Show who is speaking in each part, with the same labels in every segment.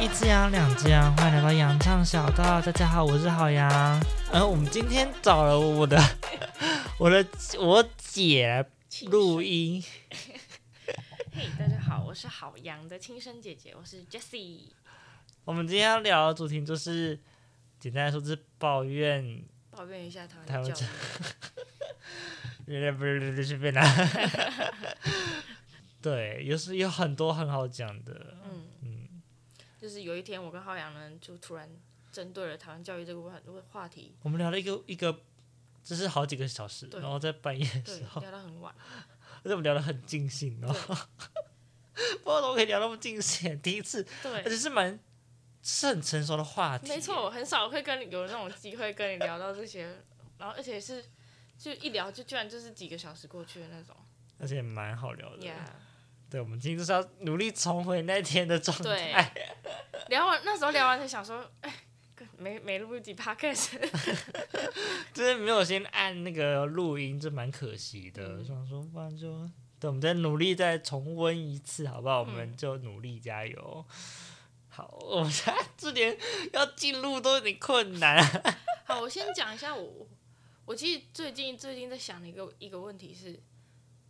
Speaker 1: 一只羊，两只羊，欢迎来到羊唱小道。大家好，我是好羊。嗯、我们今天找了我的我的我姐来录音。
Speaker 2: 嘿，大家好，我是好羊的亲生姐姐，我是 Jessie。
Speaker 1: 我们今天要聊的主题就是，简单来说就是抱怨，
Speaker 2: 抱怨一下台
Speaker 1: 台
Speaker 2: 湾
Speaker 1: 湾
Speaker 2: 教育，
Speaker 1: 不是不是不是被拿。对，有时有很多很好讲的，
Speaker 2: 嗯，
Speaker 1: 嗯，
Speaker 2: 就是有一天我跟浩洋呢，就突然针对了台湾教育这个话话题，
Speaker 1: 我们聊了一个一个，就是好几个小时，
Speaker 2: 对
Speaker 1: 然后在半夜的
Speaker 2: 对
Speaker 1: 时，候，
Speaker 2: 聊到很晚，
Speaker 1: 而且我们聊得很尽兴哦，不知道怎么可以聊那么尽兴，第一次而且
Speaker 2: 对，
Speaker 1: 是蛮是很成熟的话题，
Speaker 2: 没错，我，很少会跟你有那种机会跟你聊到这些，然后而且是就一聊就居然就是几个小时过去的 那种
Speaker 1: 而且蛮好聊的。
Speaker 2: ，Yeah，
Speaker 1: 对，我们今天就是要努力重回那天的状
Speaker 2: 对
Speaker 1: 态。
Speaker 2: 聊完那时候聊完才想说，哎，没没录几 podcast，
Speaker 1: 就是没有先按那个录音，这蛮可惜的。
Speaker 2: 嗯
Speaker 1: 想说，不然就对，我们再努力再重温一次，好不好？我们
Speaker 2: 嗯
Speaker 1: 就努力加油。好，我们现在这点要进入都有点困难。
Speaker 2: 好，我先讲一下我我我其实最近最近在想的一个一个问题是，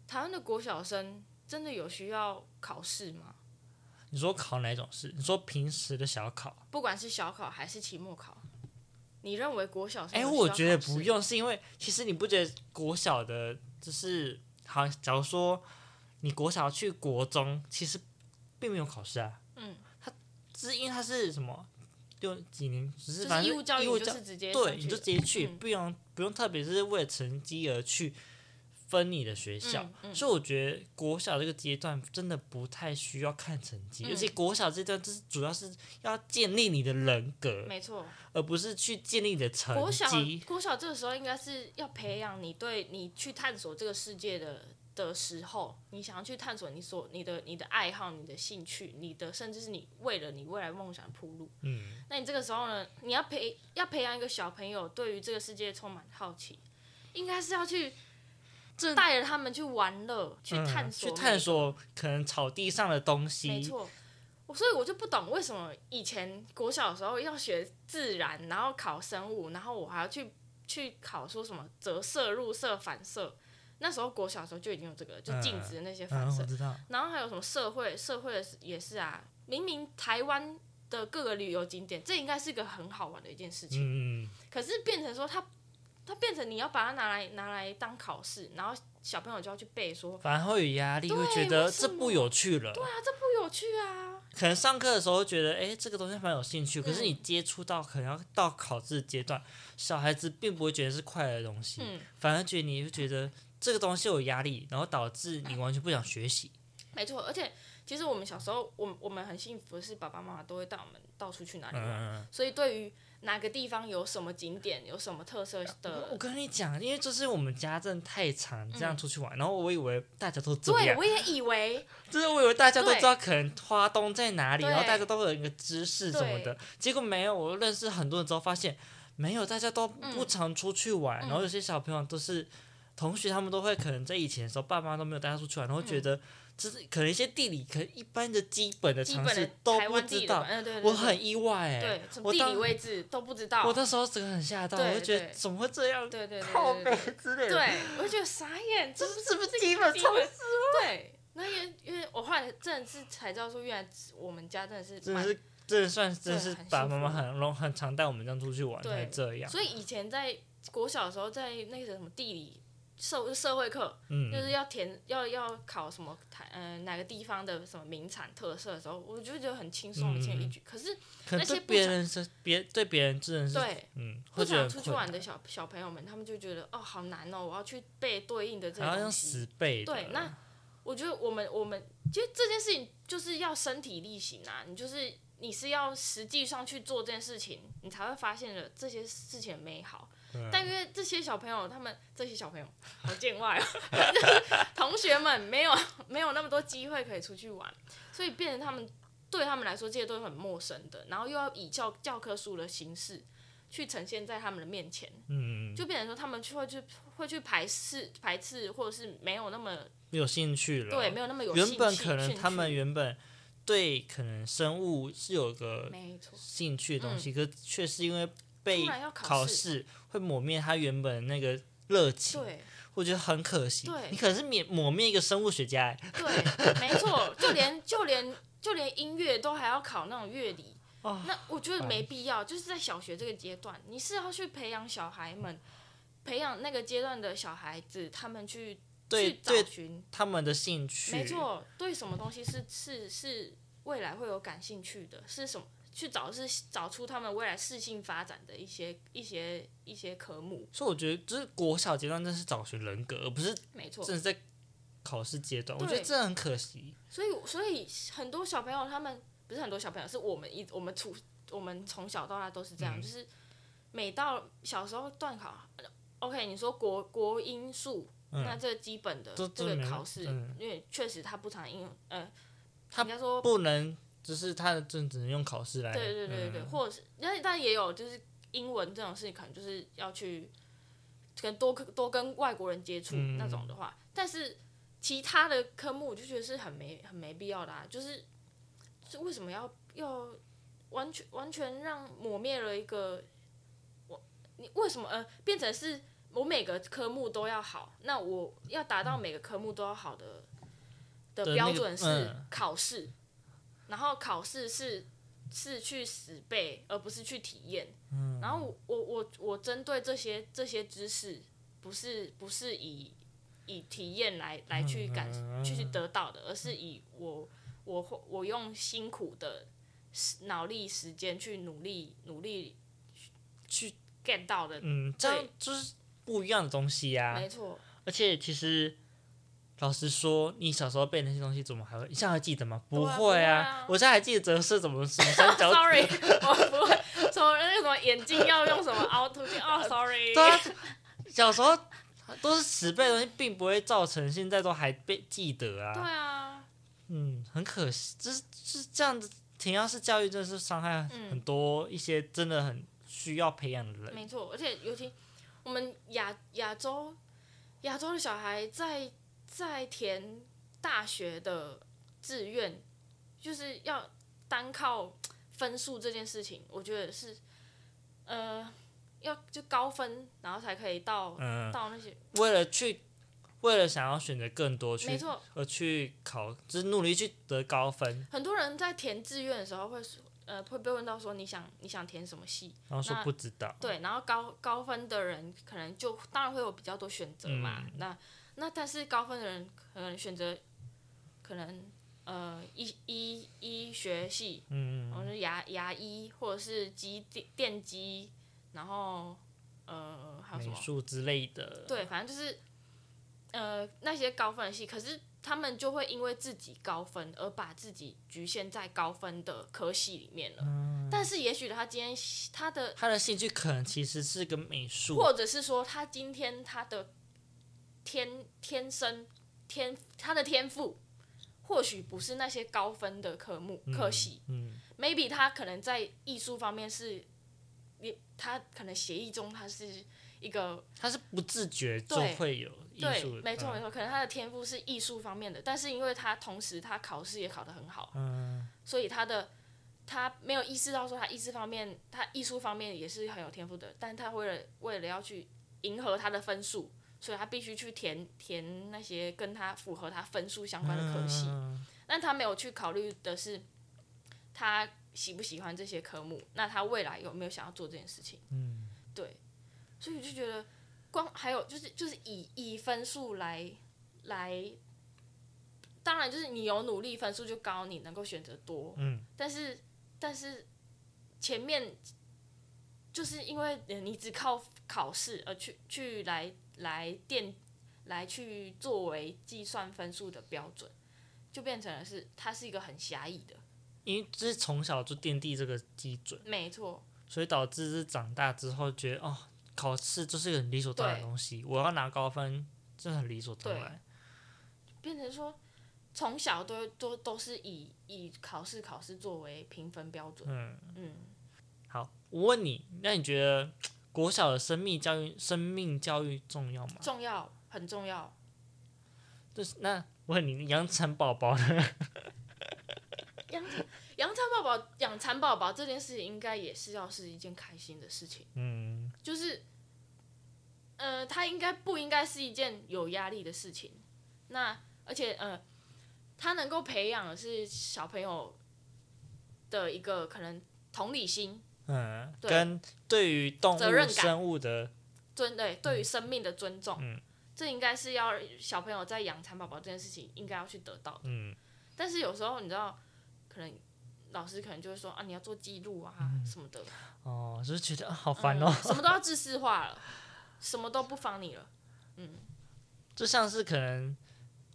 Speaker 2: 台湾的国小生真的有需要考试吗？
Speaker 1: 你说考哪种试？你说平时的小考？
Speaker 2: 不管是小考还是期末考，你认为国小生
Speaker 1: 哎、
Speaker 2: 有需要
Speaker 1: 我觉得
Speaker 2: 考试
Speaker 1: 不，用，是因为其实你不觉得国小的，就是好，假如说你国小去国中，其实并没有考试啊，
Speaker 2: 嗯，
Speaker 1: 只是因为它是什么六几年，只是
Speaker 2: 就
Speaker 1: 反
Speaker 2: 是
Speaker 1: 正
Speaker 2: 义务教
Speaker 1: 义
Speaker 2: 育
Speaker 1: 务
Speaker 2: 你
Speaker 1: 教
Speaker 2: 就是直接
Speaker 1: 对，
Speaker 2: 上
Speaker 1: 你
Speaker 2: 去
Speaker 1: 就
Speaker 2: 了
Speaker 1: 直接去，
Speaker 2: 嗯
Speaker 1: 不用不用特别是为了成绩而去分你的学校。
Speaker 2: 嗯嗯
Speaker 1: 所以我觉得国小这个阶段真的不太需要看成绩，而且
Speaker 2: 嗯
Speaker 1: 国小这段就是主要是要建立你的人格，
Speaker 2: 没错，
Speaker 1: 而不是去建立你的成
Speaker 2: 国小
Speaker 1: 绩。
Speaker 2: 国小这个时候应该是要培养你对你去探索这个世界的的时候，你想要去探索你所你的你的爱好、你的兴趣、你的甚至是你为了你未来梦想铺路。
Speaker 1: 嗯，
Speaker 2: 那你这个时候呢，你要培要培养一个小朋友对于这个世界充满好奇，应该是要去带着他们去玩乐、去
Speaker 1: 嗯
Speaker 2: 探索、
Speaker 1: 去探。索可能草地上的东
Speaker 2: 没
Speaker 1: 西，
Speaker 2: 错，我所以我就不懂为什么以前国小的时候要学自然，然后考生物，然后我还要去去考说什么折射、入射、反射。那时候国小的时候就已经有这个，就禁止的那些反
Speaker 1: 嗯，
Speaker 2: 射
Speaker 1: 我。知道，
Speaker 2: 然后还有什么社会，社会的是也是啊。明明台湾的各个旅游景点，这应该是个很好玩的一件事情，
Speaker 1: 嗯，
Speaker 2: 可是变成说它，它变成你要把它拿来拿来当考试，然后小朋友就要去背说，哎
Speaker 1: 反而会有压力，会觉得
Speaker 2: 为什
Speaker 1: 这不
Speaker 2: 么
Speaker 1: 有趣了。
Speaker 2: 啊，这不有趣啊，
Speaker 1: 可能上课的时候会觉得，哎，这个东西蛮有兴趣，可是
Speaker 2: 嗯
Speaker 1: 你接触到可能要到考试阶段，小孩子并不会觉得是快乐的东西，
Speaker 2: 嗯，
Speaker 1: 反而觉得你会觉得这个东西有压力，然后导致你完全不想学习。
Speaker 2: 没错。而且其实我们小时候，我们我们很幸福的是，爸爸妈妈都会带我们到处去哪里
Speaker 1: 嗯
Speaker 2: 玩，
Speaker 1: 嗯嗯。
Speaker 2: 所以对于哪个地方有什么景点，有什么特色
Speaker 1: 我
Speaker 2: 的。
Speaker 1: 跟你讲，因为就是我们家真的太常这样
Speaker 2: 嗯
Speaker 1: 出去玩，然后我以为大家都这
Speaker 2: 对，
Speaker 1: 样
Speaker 2: 我，也以为，
Speaker 1: 就是我以为大家都
Speaker 2: 对
Speaker 1: 知道可能花东在哪里，
Speaker 2: 对
Speaker 1: 然后大家都会有一个知识什么的，结果没有。我认识很多人之后发现，没有，大家都不常出去玩，
Speaker 2: 嗯
Speaker 1: 然后有些小朋友都是同学，他们都会可能在以前的时候，爸妈都没有带他出去玩，然后觉
Speaker 2: 嗯
Speaker 1: 得这是可能一些地理，可能一般的基本的
Speaker 2: 基
Speaker 1: 常
Speaker 2: 本
Speaker 1: 识
Speaker 2: 的
Speaker 1: 都
Speaker 2: 台
Speaker 1: 不
Speaker 2: 湾地
Speaker 1: 知
Speaker 2: 理
Speaker 1: 道
Speaker 2: 吧，，嗯，对对对，
Speaker 1: 我很意外哎、
Speaker 2: 嗯对，什么
Speaker 1: 我
Speaker 2: 地
Speaker 1: 当
Speaker 2: 理位置都不知道，
Speaker 1: 我那时候整个很吓到，
Speaker 2: 对
Speaker 1: 我就觉得
Speaker 2: 对
Speaker 1: 怎么会这样，
Speaker 2: 对对对
Speaker 1: 靠
Speaker 2: 对
Speaker 1: 背
Speaker 2: 对
Speaker 1: 之类
Speaker 2: 对，
Speaker 1: 的，
Speaker 2: 对我就觉得傻眼，
Speaker 1: 这
Speaker 2: 这
Speaker 1: 是是不是基本常识？
Speaker 2: 对，那也因为我后来真的是才知道说，原来我们家真的是
Speaker 1: 真的
Speaker 2: 蛮，
Speaker 1: 是，真的算，真的
Speaker 2: 对
Speaker 1: 是
Speaker 2: 很
Speaker 1: 爸爸
Speaker 2: 幸
Speaker 1: 妈妈
Speaker 2: 福
Speaker 1: 很容很常带我们这样出去玩
Speaker 2: 对
Speaker 1: 才这样。
Speaker 2: 所以以前在国小的时候，在那个什么地理社社会课，
Speaker 1: 嗯，
Speaker 2: 就是要填要要考什么台呃哪个地方的什么名产特色的时候，我就觉得很轻松一轻
Speaker 1: 嗯
Speaker 2: 一举。可是
Speaker 1: 可能
Speaker 2: 那
Speaker 1: 对
Speaker 2: 些不
Speaker 1: 别
Speaker 2: 想
Speaker 1: 人是别对别人真的是
Speaker 2: 对
Speaker 1: 嗯，
Speaker 2: 不
Speaker 1: 会觉得
Speaker 2: 想
Speaker 1: 很
Speaker 2: 出去
Speaker 1: 困
Speaker 2: 玩
Speaker 1: 难，
Speaker 2: 的小小朋友们，他们就觉得哦好难哦，我要去背对应的这
Speaker 1: 然后
Speaker 2: 个
Speaker 1: 像
Speaker 2: 东西。
Speaker 1: 十倍的
Speaker 2: 对，那我觉得我们我们其实这件事情就是要身体力行啊，你就是你是要实际上去做这件事情，你才会发现了这些事情的美好。
Speaker 1: 对啊
Speaker 2: 但因为这些小朋友，他们这些小朋友 好见外哦， 同学们没有没有那么多机会可以出去玩，所以变成他们对他们来说，这些都是很陌生的，然后又要以教教科书的形式去呈现在他们的面前，
Speaker 1: 嗯嗯，
Speaker 2: 就变成说他们去会去会去排斥排斥，或者是没有那么
Speaker 1: 有兴趣了。
Speaker 2: 对，没有那么有
Speaker 1: 原
Speaker 2: 兴
Speaker 1: 本
Speaker 2: 趣
Speaker 1: 可能
Speaker 2: 兴
Speaker 1: 他们
Speaker 2: 趣
Speaker 1: 原本对可能生物是有个
Speaker 2: 没错，
Speaker 1: 兴趣的东西，可是却是因为被
Speaker 2: 突然要考
Speaker 1: 考试会抹灭他原本那个热情，
Speaker 2: 对
Speaker 1: 我觉得很可惜
Speaker 2: 对。
Speaker 1: 你可能是免抹灭一个生物学家、欸，
Speaker 2: 对，没错，就连就连就连音乐都还要考那种乐理。
Speaker 1: 哦
Speaker 2: 那我觉得没必要，就是在小学这个阶段，你是要去培养小孩们，培养那个阶段的小孩子，他们去
Speaker 1: 对
Speaker 2: 去找
Speaker 1: 对
Speaker 2: 寻，
Speaker 1: 他们的兴趣，欸
Speaker 2: 没错，对什么东西是是是未来会有感兴趣的，是什么？去找是找出他们未来适性发展的一些一些一些科目，
Speaker 1: 所以我觉得，就是国小阶段，真是找寻人格，而不是
Speaker 2: 没错。
Speaker 1: 真的在考试阶段。我
Speaker 2: 对
Speaker 1: 觉得这很可惜。
Speaker 2: 所以，所以很多小朋友他们不是很多小朋友，是我们一我们处我们从小到大都是这样，
Speaker 1: 嗯
Speaker 2: 就是每到小时候段考呃，OK，你说国国英数，那
Speaker 1: 嗯，
Speaker 2: 这基本的
Speaker 1: 这这
Speaker 2: 这
Speaker 1: 没
Speaker 2: 个
Speaker 1: 有
Speaker 2: 考试
Speaker 1: 嗯，
Speaker 2: 因为确实它不常应用，呃，
Speaker 1: 它
Speaker 2: 应该说
Speaker 1: 不能就是他的真只能用考试来。
Speaker 2: 对对对对，
Speaker 1: 嗯
Speaker 2: 或者是但但也有就是英文这种事情，可能就是要去跟多跟多跟外国人接触
Speaker 1: 嗯
Speaker 2: 那种的话，但是其他的科目我就觉得是很没很没必要的、啊，就是是为什么要要完全完全让抹灭了一个我你为什么呃变成是我每个科目都要好，那我要达到每个科目都要好的的
Speaker 1: 的那
Speaker 2: 标
Speaker 1: 个
Speaker 2: 准是
Speaker 1: 嗯
Speaker 2: 考试，然后考试是是去死背，而不是去体验。
Speaker 1: 嗯
Speaker 2: 然后我我我我针对这些这些知识，不是不是以以体验来来去
Speaker 1: 嗯
Speaker 2: 感、去得到的，而是以我我我用辛苦的时脑力时间去努力努力
Speaker 1: 去
Speaker 2: get 到的。
Speaker 1: 嗯，这样就是不一样的东西呀、
Speaker 2: 没错，
Speaker 1: 而且其实，老实说，你小时候背那些东西，怎么还会？你现在还记得吗？
Speaker 2: 啊不
Speaker 1: 会
Speaker 2: 会
Speaker 1: 啊，
Speaker 2: 啊
Speaker 1: 我现在还记得折射怎么什么三角。
Speaker 2: sorry，我不会什么那个什么眼镜要用什么凹凸镜哦，sorry，
Speaker 1: 对啊，小时候都是死背的东西，并不会造成现在都还被记得啊。
Speaker 2: 对啊，
Speaker 1: 嗯，很可惜，就是就是这样子。填鸭式教育真的是伤害
Speaker 2: 嗯
Speaker 1: 很多一些真的很需要培养的人。
Speaker 2: 没错，而且尤其我们亚亚洲亚洲的小孩在在填大学的志愿，就是要单靠分数这件事情，我觉得是呃要就高分，然后才可以到、
Speaker 1: 嗯，
Speaker 2: 到那些
Speaker 1: 为了去，为了想要选择更多
Speaker 2: 没
Speaker 1: 去，
Speaker 2: 错，
Speaker 1: 而去考，就是努力去得高分，
Speaker 2: 很多人在填志愿的时候会说呃会被问到说你想你想填什么系，
Speaker 1: 然后说
Speaker 2: 那
Speaker 1: 不知道。
Speaker 2: 对，然后高高分的人可能就当然会有比较多选择嘛。
Speaker 1: 嗯
Speaker 2: 那那但是高分的人可能选择可能呃医医医学系，
Speaker 1: 嗯，
Speaker 2: 然后是牙牙医或者是机电电机，然后呃还有什
Speaker 1: 美
Speaker 2: 么？
Speaker 1: 术之类的。
Speaker 2: 对，反正就是呃那些高分的系，可是他们就会因为自己高分而把自己局限在高分的科系里面了。
Speaker 1: 嗯
Speaker 2: 但是也许他今天他的
Speaker 1: 他的兴趣可能其实是个美术，
Speaker 2: 或者是说他今天他的天天生天他的天赋，或许不是那些高分的科目科系、
Speaker 1: 嗯，
Speaker 2: m a y b e 他可能在艺术方面是，也他可能协议中他是一个
Speaker 1: 他是不自觉就
Speaker 2: 对
Speaker 1: 会有艺
Speaker 2: 对
Speaker 1: 术的，，
Speaker 2: 没错没
Speaker 1: 嗯
Speaker 2: 错，可能他的天赋是艺术方面的，但是因为他同时他考试也考得很好，
Speaker 1: 嗯
Speaker 2: 所以他的他没有意识到说他艺术方面，他艺术方面也是很有天赋的，但他为了为了要去迎合他的分数，所以他必须去填填那些跟他符合他分数相关的科
Speaker 1: 嗯
Speaker 2: 系，但他没有去考虑的是他喜不喜欢这些科目，那他未来有没有想要做这件事情？嗯，对，所以我就觉得光还有就是就是以以分数来来，当然就是你有努力，分数就高，你能够选择多，
Speaker 1: 嗯，
Speaker 2: 但是但是前面就是因为呃你只靠考试而去去来来垫来去作为计算分数的标准。就变成了是它是一个很狭义的，
Speaker 1: 因为这是从小就奠定这个基准，
Speaker 2: 没错，
Speaker 1: 所以导致是长大之后觉得哦，考试就是一个很理所当然的
Speaker 2: 对
Speaker 1: 东西，我要拿高分，这很理所当
Speaker 2: 对
Speaker 1: 然。
Speaker 2: 变成说从小都都都是以以考试考试作为评分标准，
Speaker 1: 嗯，
Speaker 2: 嗯，
Speaker 1: 好，我问你，那你觉得国小的生命教育，生命教育重要吗？
Speaker 2: 重要，很重要。
Speaker 1: 就是那问你，养蚕宝宝呢？
Speaker 2: 养 养蚕宝宝，养蚕宝宝这件事情应该也是要是一件开心的事情，
Speaker 1: 嗯，
Speaker 2: 就是，呃，它应该不应该是一件有压力的事情？那而且呃，它能够培养的是小朋友的一个可能同理心，
Speaker 1: 嗯，
Speaker 2: 对
Speaker 1: 跟对于动
Speaker 2: 责任
Speaker 1: 物
Speaker 2: 感
Speaker 1: 生物的，
Speaker 2: 尊对对于生命的尊重，
Speaker 1: 嗯
Speaker 2: 这应该是要小朋友在养蚕宝宝这件事情应该要去得到的。
Speaker 1: 嗯
Speaker 2: 但是有时候你知道，可能老师可能就会说啊，你要做记录啊、什么的，
Speaker 1: 哦，就是觉得啊好嗯烦哦
Speaker 2: 嗯，什么都要知识化了，什么都不防你了，
Speaker 1: 就像是可能，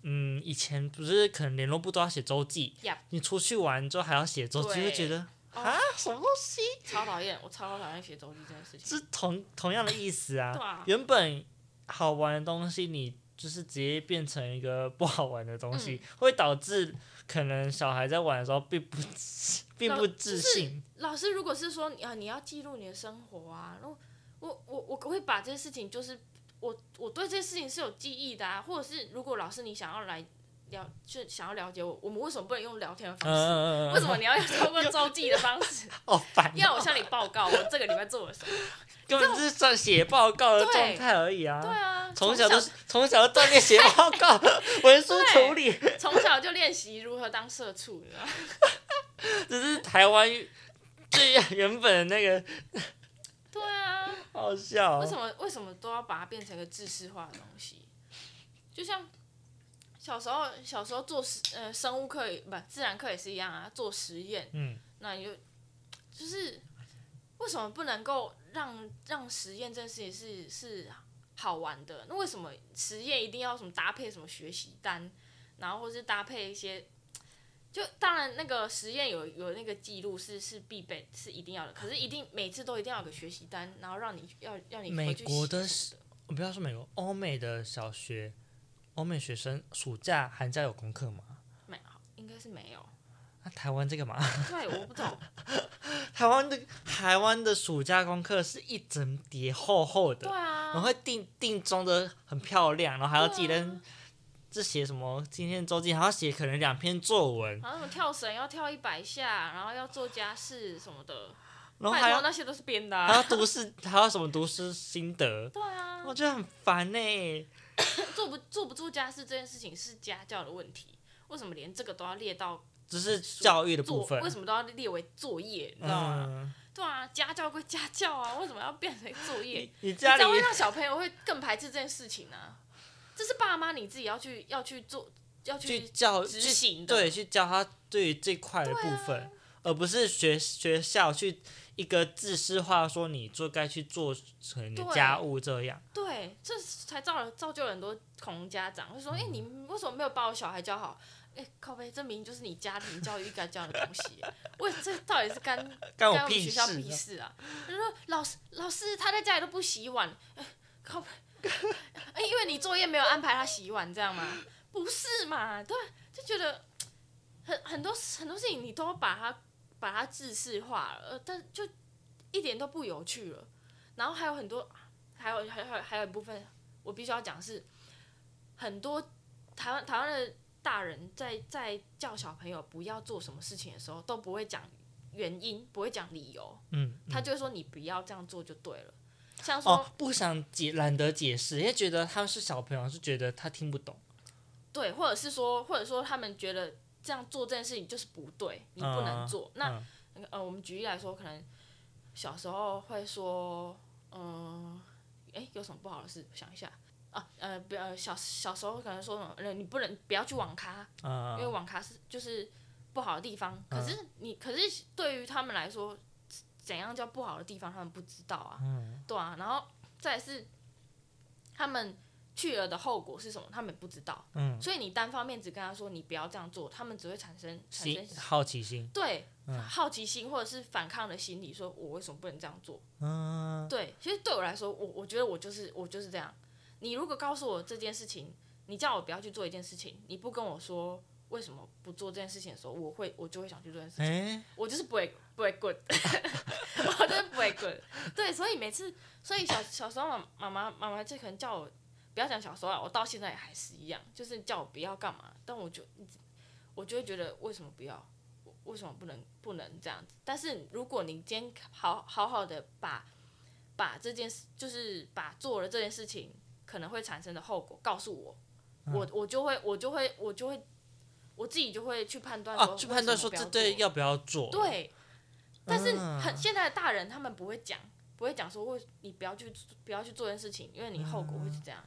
Speaker 1: 嗯，以前不是可能联络部都要写周记
Speaker 2: Yep
Speaker 1: 你出去玩之后还要写周记，
Speaker 2: 对
Speaker 1: 就觉得
Speaker 2: 哦
Speaker 1: 啊，什么东西？
Speaker 2: 超讨厌，我超讨厌写周记这件事情。
Speaker 1: 是同同样的意思啊。
Speaker 2: 对啊
Speaker 1: 原本好玩的东西，你就是直接变成一个不好玩的东西，
Speaker 2: 嗯
Speaker 1: 会导致可能小孩在玩的时候并不 并不自信。
Speaker 2: 老师如果是说啊，你要记录你的生活啊，然后我我我会把这些事情就是我我对这些事情是有记忆的啊，或者是如果老师你想要来了，就想要了解我，我们为什么不能用聊天
Speaker 1: 嗯
Speaker 2: 的方式？
Speaker 1: 嗯嗯嗯，
Speaker 2: 为什么你要用 通过周记的方 式？
Speaker 1: 好烦哦、
Speaker 2: 要我向你报告我这个礼拜做了什么？
Speaker 1: 根本就是算写报告的
Speaker 2: 对
Speaker 1: 状态而已啊。
Speaker 2: 对啊，
Speaker 1: 从小都是从小就锻炼写报告、文书处理，
Speaker 2: 从小就练习如何当社畜，你知道吗？
Speaker 1: 只是台湾最原本的那个
Speaker 2: 对啊，
Speaker 1: 好笑
Speaker 2: 为什
Speaker 1: 哦。
Speaker 2: 么为什么都要把它变成一个知识化的东西？就像小时候小时候做实呃生物课也不自然课也是一样啊，做实验，
Speaker 1: 嗯，
Speaker 2: 那你就就是为什么不能够让让实验这件事情是是好玩的？那为什么实验一定要什么搭配什么学习单，然后或是搭配一些？就当然那个实验有有那个记录是是必备是一定要的，可是一定每次都一定要有个学习单，然后让你要要你
Speaker 1: 美
Speaker 2: 回去
Speaker 1: 国
Speaker 2: 写
Speaker 1: 的
Speaker 2: 什么
Speaker 1: 我不要说美国，欧美的小学，欧美学生暑假寒假有功课吗？
Speaker 2: 没有，应该是没有。
Speaker 1: 那台湾这个嘛，
Speaker 2: 对，我不懂。
Speaker 1: 台湾的台湾的暑假功课是一整叠厚厚
Speaker 2: 对
Speaker 1: 的，然后
Speaker 2: 啊，
Speaker 1: 会定定装的很漂亮，然后还要自己
Speaker 2: 对啊
Speaker 1: 扔，这写什么今天周记，还要写可能两篇作文，
Speaker 2: 好像什么跳绳要跳一百下，然后要做家事什么的，
Speaker 1: 然后还
Speaker 2: 拜
Speaker 1: 要
Speaker 2: 托那些都是编的、
Speaker 1: 还
Speaker 2: 啊。
Speaker 1: 要读诗，还要什么读诗心得，
Speaker 2: 对啊，
Speaker 1: 我觉得很烦呢、
Speaker 2: 做不做不做家事这件事情是家教的问题，为什么连这个都要列到
Speaker 1: 只是教育的部
Speaker 2: 作？
Speaker 1: 分
Speaker 2: 为，什么都要列为作业？你知道吗？
Speaker 1: 嗯，
Speaker 2: 对啊，家教归家教啊，为什么要变成作业？
Speaker 1: 你你
Speaker 2: 这
Speaker 1: 家里
Speaker 2: 样会让小朋友会更排斥这件事情啊。这是爸妈你自己要去要去做要
Speaker 1: 去
Speaker 2: 去
Speaker 1: 教
Speaker 2: 执
Speaker 1: 去
Speaker 2: 行的啊
Speaker 1: 对，去教他对于这块的部分，而不是学学校去一个自私化说你做该去做成你的
Speaker 2: 对
Speaker 1: 家务这样，
Speaker 2: 对，这才造了造就了很多恐家长，会说：“哎、你
Speaker 1: 嗯
Speaker 2: 为什么没有把我小孩教好？”哎、靠背，这明明就是你家庭教育该教的东西，啊 为这到底是干
Speaker 1: 干
Speaker 2: 干
Speaker 1: 我
Speaker 2: 我们
Speaker 1: 屁
Speaker 2: 学校屁
Speaker 1: 事！
Speaker 2: 事啊！他说：“老师，老师他在家里都不洗碗，哎、靠背，哎、因为你作业没有安排他洗碗，这样吗？不是嘛？对，啊就觉得很很多很多事情你都把它把它制式化了，呃但就一点都不有趣了。然后还有很多，还有还有还有还有一部分我必须要讲是，很多台湾台湾的大人在在叫小朋友不要做什么事情的时候，都不会讲原因，不会讲理由，
Speaker 1: 嗯，
Speaker 2: 他就会说你不要这样做就对了。像说、
Speaker 1: 哦，不想解，懒得解释，因为觉得他们是小朋友，是觉得他听不懂，
Speaker 2: 对，或者是说，或者说他们觉得这样做这件事情就是不对，你不能
Speaker 1: 嗯
Speaker 2: 做。那
Speaker 1: 嗯
Speaker 2: 呃，我们举例来说，可能小时候会说，嗯、诶，有什么不好的事？我想一下啊，呃，不要，小小时候可能说什么，呃你不能不要去网咖，因为
Speaker 1: 嗯，
Speaker 2: 网咖是就是不好的地方。可是你，可是对于他们来说，怎样叫不好的地方，他们不知道啊，
Speaker 1: 嗯
Speaker 2: 对啊。然后再来是他们去了的后果是什么，他们不知道。
Speaker 1: 嗯
Speaker 2: 所以你单方面只跟他说你不要这样做，他们只会产生产
Speaker 1: 心
Speaker 2: 生
Speaker 1: 好奇心，
Speaker 2: 对、
Speaker 1: 嗯
Speaker 2: 好奇心或者是反抗的心理，说我为什么不能这样做？
Speaker 1: 嗯，
Speaker 2: 对，其实对我来说，我我觉得我就是我就是这样。你如果告诉我这件事情，你叫我不要去做一件事情，你不跟我说为什么不做这件事情的时候，我会我就会想去做这件事情。
Speaker 1: 哎，
Speaker 2: 我就是不会不会滚， 我就是不会滚。对，所以每次，所以小小时候妈妈妈妈妈就可能叫我不要讲小时候啊，我到现在也还是一样，就是叫我不要干嘛，但我就一直我就会觉得为什么不要，我为什么不能不能这样子？但是如果你今天好好好的把把这件事，就是把做了这件事情可能会产生的后果告诉我，
Speaker 1: 嗯
Speaker 2: 我我就会我就会我就会我自己就会去判断
Speaker 1: 啊，
Speaker 2: 说
Speaker 1: 去判断说
Speaker 2: 为什
Speaker 1: 这
Speaker 2: 么不要
Speaker 1: 对
Speaker 2: 做
Speaker 1: 要不要做，，
Speaker 2: 对，但是
Speaker 1: 啊
Speaker 2: 很现在的大人他们不会讲，不会讲说为你不要去不要去做这件事情，因为你后果会是这样。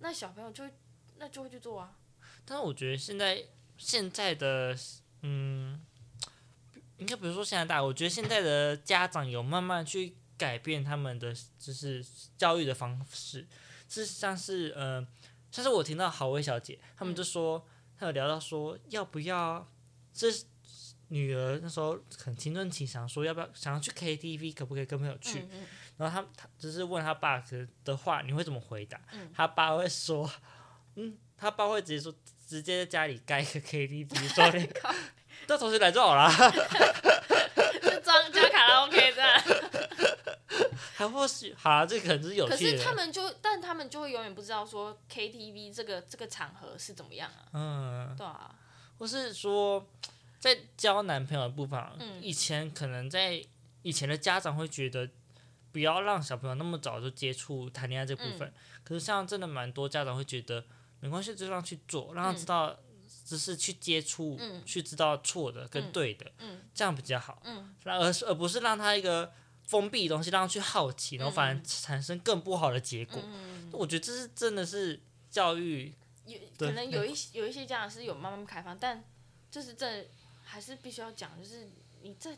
Speaker 2: 那小朋友就会那就会去做啊，
Speaker 1: 但是我觉得现在现在的嗯，应该不是说现在大，我觉得现在的家长有慢慢去改变他们的就是教育的方式，是像是呃，像是我听到好薇小姐他们就说，她有聊到说要不要这。女儿那时候很青春期，想说要不要想要去 KTV，可不可以跟朋友去？
Speaker 2: 嗯嗯
Speaker 1: 然后他他只是问他爸可的话，你会怎么回答？
Speaker 2: 嗯
Speaker 1: 他爸会说，嗯，他爸会直接说，直接在家里盖一个 KTV，说你 到同学来就好啦，
Speaker 2: 就装加卡 拉 OK 这样。
Speaker 1: 还或许好啦，这可能是有
Speaker 2: 可
Speaker 1: 趣
Speaker 2: 是
Speaker 1: 的。
Speaker 2: 他们就，但他们就会永远不知道说 KTV 这个这个场合是怎么样啊，
Speaker 1: 嗯，
Speaker 2: 对啊，
Speaker 1: 或是说在交男朋友的部分啊，
Speaker 2: 嗯
Speaker 1: 以前可能在以前的家长会觉得。不要让小朋友那么早就接触谈恋爱这部分，
Speaker 2: 嗯
Speaker 1: 可是像真的蛮多家长会觉得没关系，就让他去做，让他知道只是去接触，
Speaker 2: 嗯
Speaker 1: 去知道错的跟
Speaker 2: 嗯
Speaker 1: 对的，
Speaker 2: 嗯
Speaker 1: 这样比较好，
Speaker 2: 嗯
Speaker 1: 那而是而不是让他一个封闭的东西，让他去好奇，然后反而
Speaker 2: 嗯
Speaker 1: 产生更不好的结果。
Speaker 2: 嗯，
Speaker 1: 我觉得这是真的是教育，
Speaker 2: 有
Speaker 1: 对
Speaker 2: 可能有一些有一些家长是有慢慢开放，但就是这还是必须要讲，就是你在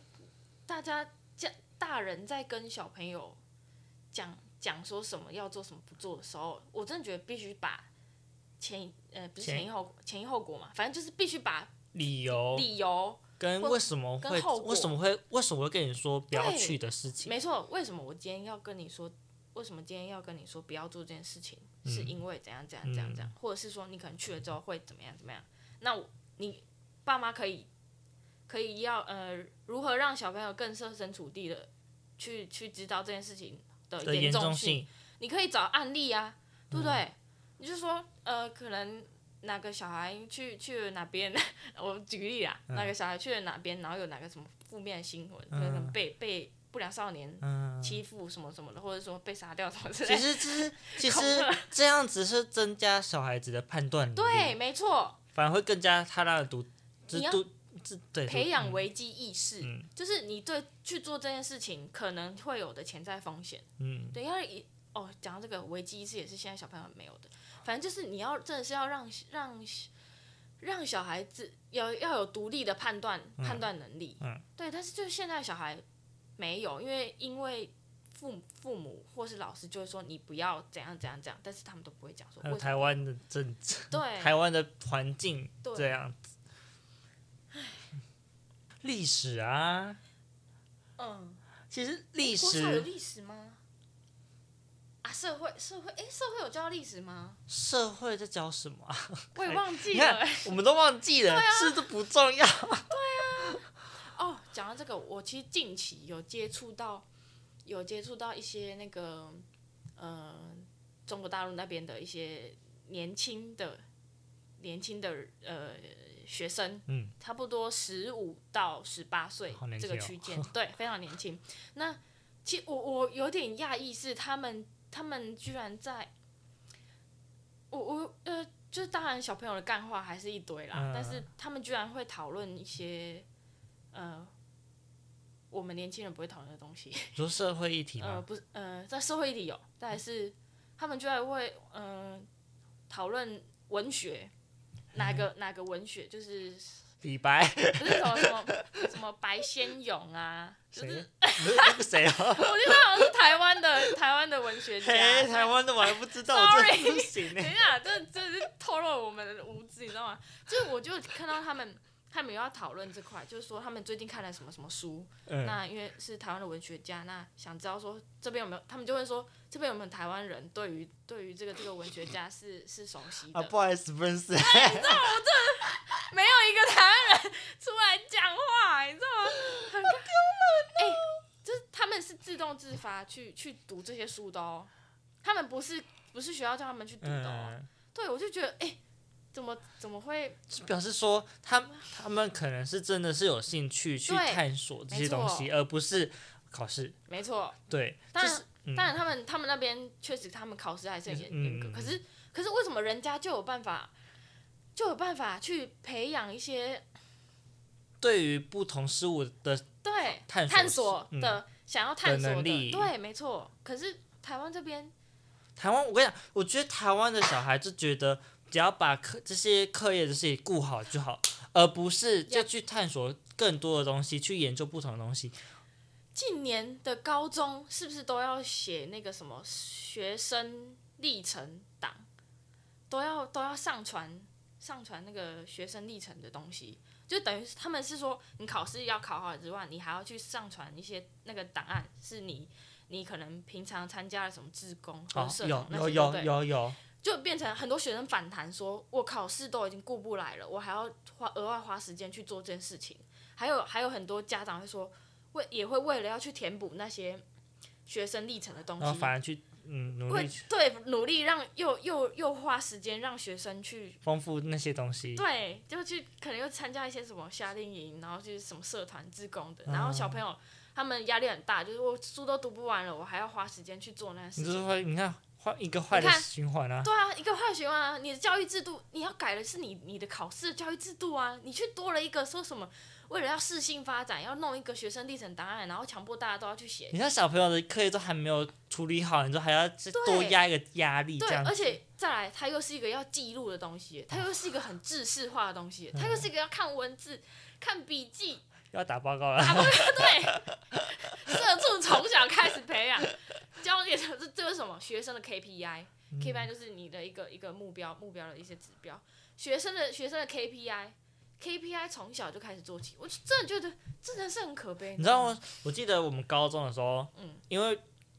Speaker 2: 大家家大人在跟小朋友讲讲说什么要做什么不做的时候，我真的觉得必须把前呃不是
Speaker 1: 前
Speaker 2: 前因后果前因后果嘛，反正就是必须把
Speaker 1: 理由
Speaker 2: 理由
Speaker 1: 跟
Speaker 2: 或
Speaker 1: 为什么会
Speaker 2: 跟后果
Speaker 1: 为什么会为什么会跟你说不要
Speaker 2: 对
Speaker 1: 去的事情，
Speaker 2: 没错，为什么我今天要跟你说？为什么今天要跟你说不要做这件事情？是
Speaker 1: 嗯
Speaker 2: 因为怎样怎样怎样怎样，或者是说你可能去了之后会怎么样怎么样？那我你爸妈可以可以要呃，如何让小朋友更设身处地的去去知道这件事情的
Speaker 1: 的严
Speaker 2: 重
Speaker 1: 重
Speaker 2: 性？
Speaker 1: 性，
Speaker 2: 你可以找案例啊，
Speaker 1: 嗯
Speaker 2: 对不对？你就说呃，可能哪个小孩去去了哪边， 我举例啊，
Speaker 1: 嗯
Speaker 2: 哪个小孩去了哪边，然后有哪个什么负面新闻，可能
Speaker 1: 嗯
Speaker 2: 被被不良少年
Speaker 1: 嗯。
Speaker 2: 欺负什么什么的，或者说被杀掉什么之类
Speaker 1: 其
Speaker 2: 的。
Speaker 1: 实，其实，其实
Speaker 2: 恐吓
Speaker 1: 这样子是增加小孩子的判断力，
Speaker 2: 对，，没错，
Speaker 1: 反而会更加他让的独，就是
Speaker 2: 你要
Speaker 1: 独，自对
Speaker 2: 培养
Speaker 1: 为，
Speaker 2: 危机意识，
Speaker 1: 嗯
Speaker 2: 就是你对去做这件事情可能会有的潜在风险。
Speaker 1: 嗯，
Speaker 2: 对，要以哦，讲到这个危机意识也是现在小朋友没有的，反正就是你要真的是要让让让小孩子要要有独立的判断、判断能力，
Speaker 1: 嗯
Speaker 2: 对，但是就是现在小孩没有，因为因为父母父母或是老师就会说你不要怎样怎样怎样，但是他们都不会讲说
Speaker 1: 还有
Speaker 2: 为什
Speaker 1: 台
Speaker 2: 么
Speaker 1: 湾的政治，
Speaker 2: 对
Speaker 1: 台湾的环境
Speaker 2: 哎对
Speaker 1: 这样子。历史啊，
Speaker 2: 嗯，
Speaker 1: 其实历
Speaker 2: 国小有
Speaker 1: 史、
Speaker 2: 历史吗？啊，社会社会，哎，社会有教历史吗？
Speaker 1: 社会在教什么啊、
Speaker 2: 我也忘记
Speaker 1: 你
Speaker 2: 了
Speaker 1: 看
Speaker 2: 诶。，
Speaker 1: 我们都忘记了，
Speaker 2: 啊
Speaker 1: 是都不重要。
Speaker 2: 哦，讲到这个，我其实近期有接触到，有接触到一些那个，呃，中国大陆那边的一些年轻的、年轻的呃学生，
Speaker 1: 嗯，
Speaker 2: 差不多十五到十八岁
Speaker 1: 好年
Speaker 2: 这
Speaker 1: 轻
Speaker 2: 个
Speaker 1: 哦
Speaker 2: 区间，对，非常年轻。那其实我我有点讶异，是他们他们居然在，我我呃，就是当然小朋友的干话还是一堆啦，
Speaker 1: 嗯
Speaker 2: 但是他们居然会讨论一些呃，我们年轻人不会讨论的东西。
Speaker 1: 你说社会议题
Speaker 2: 呃，
Speaker 1: 吗？
Speaker 2: 不是，呃，在社会里有，但还是他们居然会呃讨论文学，哪个哪个文学，就是
Speaker 1: 李白
Speaker 2: 不是什么什么什么白先勇啊，就
Speaker 1: 谁
Speaker 2: 是
Speaker 1: 啊？不是那个 谁啊？
Speaker 2: 我记得好像是台湾的台湾的文学家。
Speaker 1: 嘿，台湾的我还不知道，我
Speaker 2: Sorry
Speaker 1: 真的不行呢 欸
Speaker 2: 等。一下，这这是透露我们的无知，你知道吗？就是我就看到他们，他们有要讨论这块，就是说他们最近看了什么什么书，
Speaker 1: 嗯，
Speaker 2: 那因为是台湾的文学家，那想知道说这边有没有，他们就会说这边有没有台湾人对于对于这个这个文学家是是熟悉的，
Speaker 1: 啊，不好意思，不认识。
Speaker 2: 没哦哎自发去去读这些书的哦，他们不是不是学校叫他们去读的哦。
Speaker 1: 嗯，
Speaker 2: 对，我就觉得哎、怎么怎么会？
Speaker 1: 就表示说他他们可能是真的是有兴趣去
Speaker 2: 对
Speaker 1: 探索这些
Speaker 2: 没错
Speaker 1: 东西，而不是考试。
Speaker 2: 没错，
Speaker 1: 对，
Speaker 2: 当
Speaker 1: 就
Speaker 2: 然
Speaker 1: 是嗯
Speaker 2: 当然他们他们那边确实他们考试还是很严
Speaker 1: 嗯
Speaker 2: 严格，可是可是为什么人家就有办法就有办法去培养一些
Speaker 1: 对于不同事物的
Speaker 2: 对
Speaker 1: 探索
Speaker 2: 探索
Speaker 1: 嗯
Speaker 2: 的、想要探索
Speaker 1: 能力
Speaker 2: 对，没错。可是台湾这边
Speaker 1: 台湾，我跟你讲，我觉得台湾的小孩就觉得只要把课这些课业的事情顾好就好，而不是就去探索更多的东西，去研究不同的东西。
Speaker 2: 近年的高中是不是都要写那个什么学生历程档，都要都要上传上传那个学生历程的东西，就等于是他们是说你考试要考好之外，你还要去上传一些那个档案，是你你可能平常参加了什么志工或
Speaker 1: 好
Speaker 2: 者，社
Speaker 1: 有
Speaker 2: 团那
Speaker 1: 有
Speaker 2: 些，对不
Speaker 1: 有
Speaker 2: 对
Speaker 1: 有有，
Speaker 2: 就变成很多学生反弹说，我考试都已经顾不来了，我还要花额外花时间去做这件事情。还有还有很多家长会说，为也会为了要去填补那些学生历程的东
Speaker 1: 然后
Speaker 2: 西
Speaker 1: 反，而去嗯努
Speaker 2: 会
Speaker 1: 力去
Speaker 2: 对努力让又又又花时间让学生去
Speaker 1: 丰富那些东西。
Speaker 2: 对，就去可能又参加一些什么夏令营，然后去什么社团、志工的，然后小朋友他们压力很大，就是我书都读不完了，我还要花时间去做那件事
Speaker 1: 你
Speaker 2: 情
Speaker 1: 就是。会你看坏一个坏的
Speaker 2: 你看
Speaker 1: 循环啊。
Speaker 2: 对啊，一个坏循环啊！你的教育制度，你要改的是你你的考试的教育制度啊！你去多了一个说什么，为了要适性发展，要弄一个学生历程档案，然后强迫大家都要去写。
Speaker 1: 你像小朋友的课业都还没有处理好，你就还要再多压一个压力这
Speaker 2: 对，
Speaker 1: 样子
Speaker 2: 而且再来，它又是一个要记录的东西，它又是一个很制式化的东西，它又是一个要看文字、看笔记，
Speaker 1: 要打报告了。
Speaker 2: 啊对，社畜从小开始培养，教给这这是什么？学生的 KPI，KPI、KPI
Speaker 1: 嗯
Speaker 2: 就是你的一个一个目标，目标的一些指标。学生的学生的 KPI，KPI 从小就开始做起，我就真的觉得这真的是很可悲。
Speaker 1: 你知道
Speaker 2: 吗？
Speaker 1: 吗？我记得我们高中的时候，
Speaker 2: 嗯
Speaker 1: 因为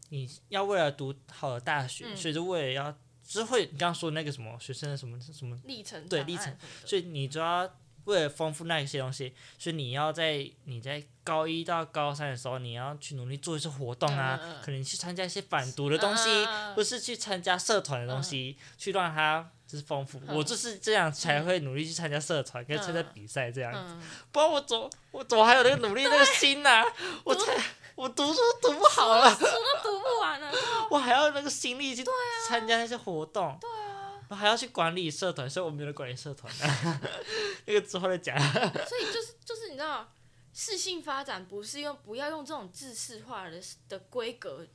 Speaker 1: 你要为了读好的大学，
Speaker 2: 嗯
Speaker 1: 所以就为了要，就是会你刚刚说那个什么学生的什么什么，
Speaker 2: 历程
Speaker 1: 对
Speaker 2: 档
Speaker 1: 历程
Speaker 2: 案什么的
Speaker 1: 所以你就要为了丰富那一些东西，所以你要在你在高一到高三的时候，你要去努力做一些活动啊，
Speaker 2: 嗯嗯嗯
Speaker 1: 可能去参加一些反毒的东西，
Speaker 2: 嗯嗯嗯
Speaker 1: 或是去参加社团的东西，去让它就是丰富。
Speaker 2: 嗯
Speaker 1: 我就是这样才会努力去参加社团跟参加
Speaker 2: 嗯
Speaker 1: 比赛这样子。
Speaker 2: 嗯，
Speaker 1: 不然我怎么我怎么还有那个努力那个心呐、我才我读书读不好了，
Speaker 2: 书哦都读不完了，
Speaker 1: 我还要那个心力去参加那些活动，对啊，我还要去管理社团，所以我没有管理社团、啊 那个之后再讲。
Speaker 2: 所以就是就是你知道，适性发展不是用不要用这种制式化的的规格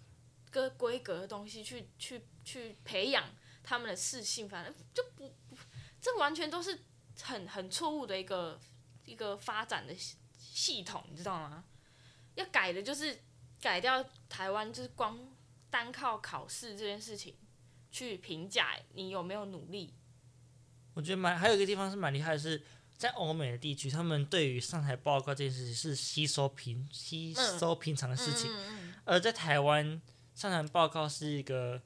Speaker 2: 跟规格的东西去去去培养他们的适性发展，就不不这完全都是很很错误的一个一个发展的系系统，你知道吗？要改的就是改掉台湾就是光单靠考试这件事情去评价你有没有努力，
Speaker 1: 我觉得蛮还有一个地方是蛮厉害的是。在欧美的地区，他们对于上台报告这件事情是吸收平吸收平常的事情，
Speaker 2: 嗯嗯
Speaker 1: 而在台湾上台报告是一个，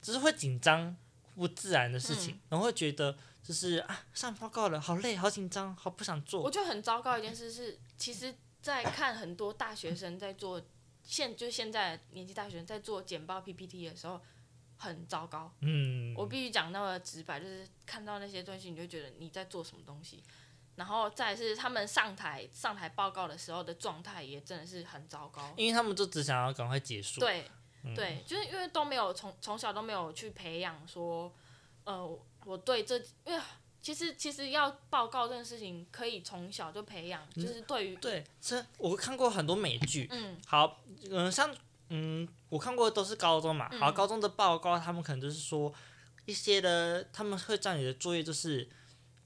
Speaker 1: 就是会紧张不自然的事情，
Speaker 2: 嗯
Speaker 1: 然后会觉得就是啊上报告了，好累，好紧张，好不想
Speaker 2: 我
Speaker 1: 做。
Speaker 2: 觉得很糟糕一件事是，其实，在看很多大学生在做现就是现在年纪大学生在做简报 PPT 的时候，很糟糕。
Speaker 1: 嗯，
Speaker 2: 我必须讲那么直白，就是看到那些东西，你就觉得你在做什么东西。然后再来是他们上台上台报告的时候的状态也真的是很糟糕。
Speaker 1: 因为他们就只想要赶快结束。
Speaker 2: 对、
Speaker 1: 嗯
Speaker 2: 对，就是因为都没有从从小都没有去培养说，呃，我对这因为其实其实要报告这件事情，可以从小就培养，就是对于
Speaker 1: 嗯对，这我看过很多美剧，
Speaker 2: 嗯
Speaker 1: 好，嗯、像嗯，我看过的都是高中嘛，好，
Speaker 2: 嗯
Speaker 1: 高中的报告他们可能就是说一些的，他们会叫你的作业就是。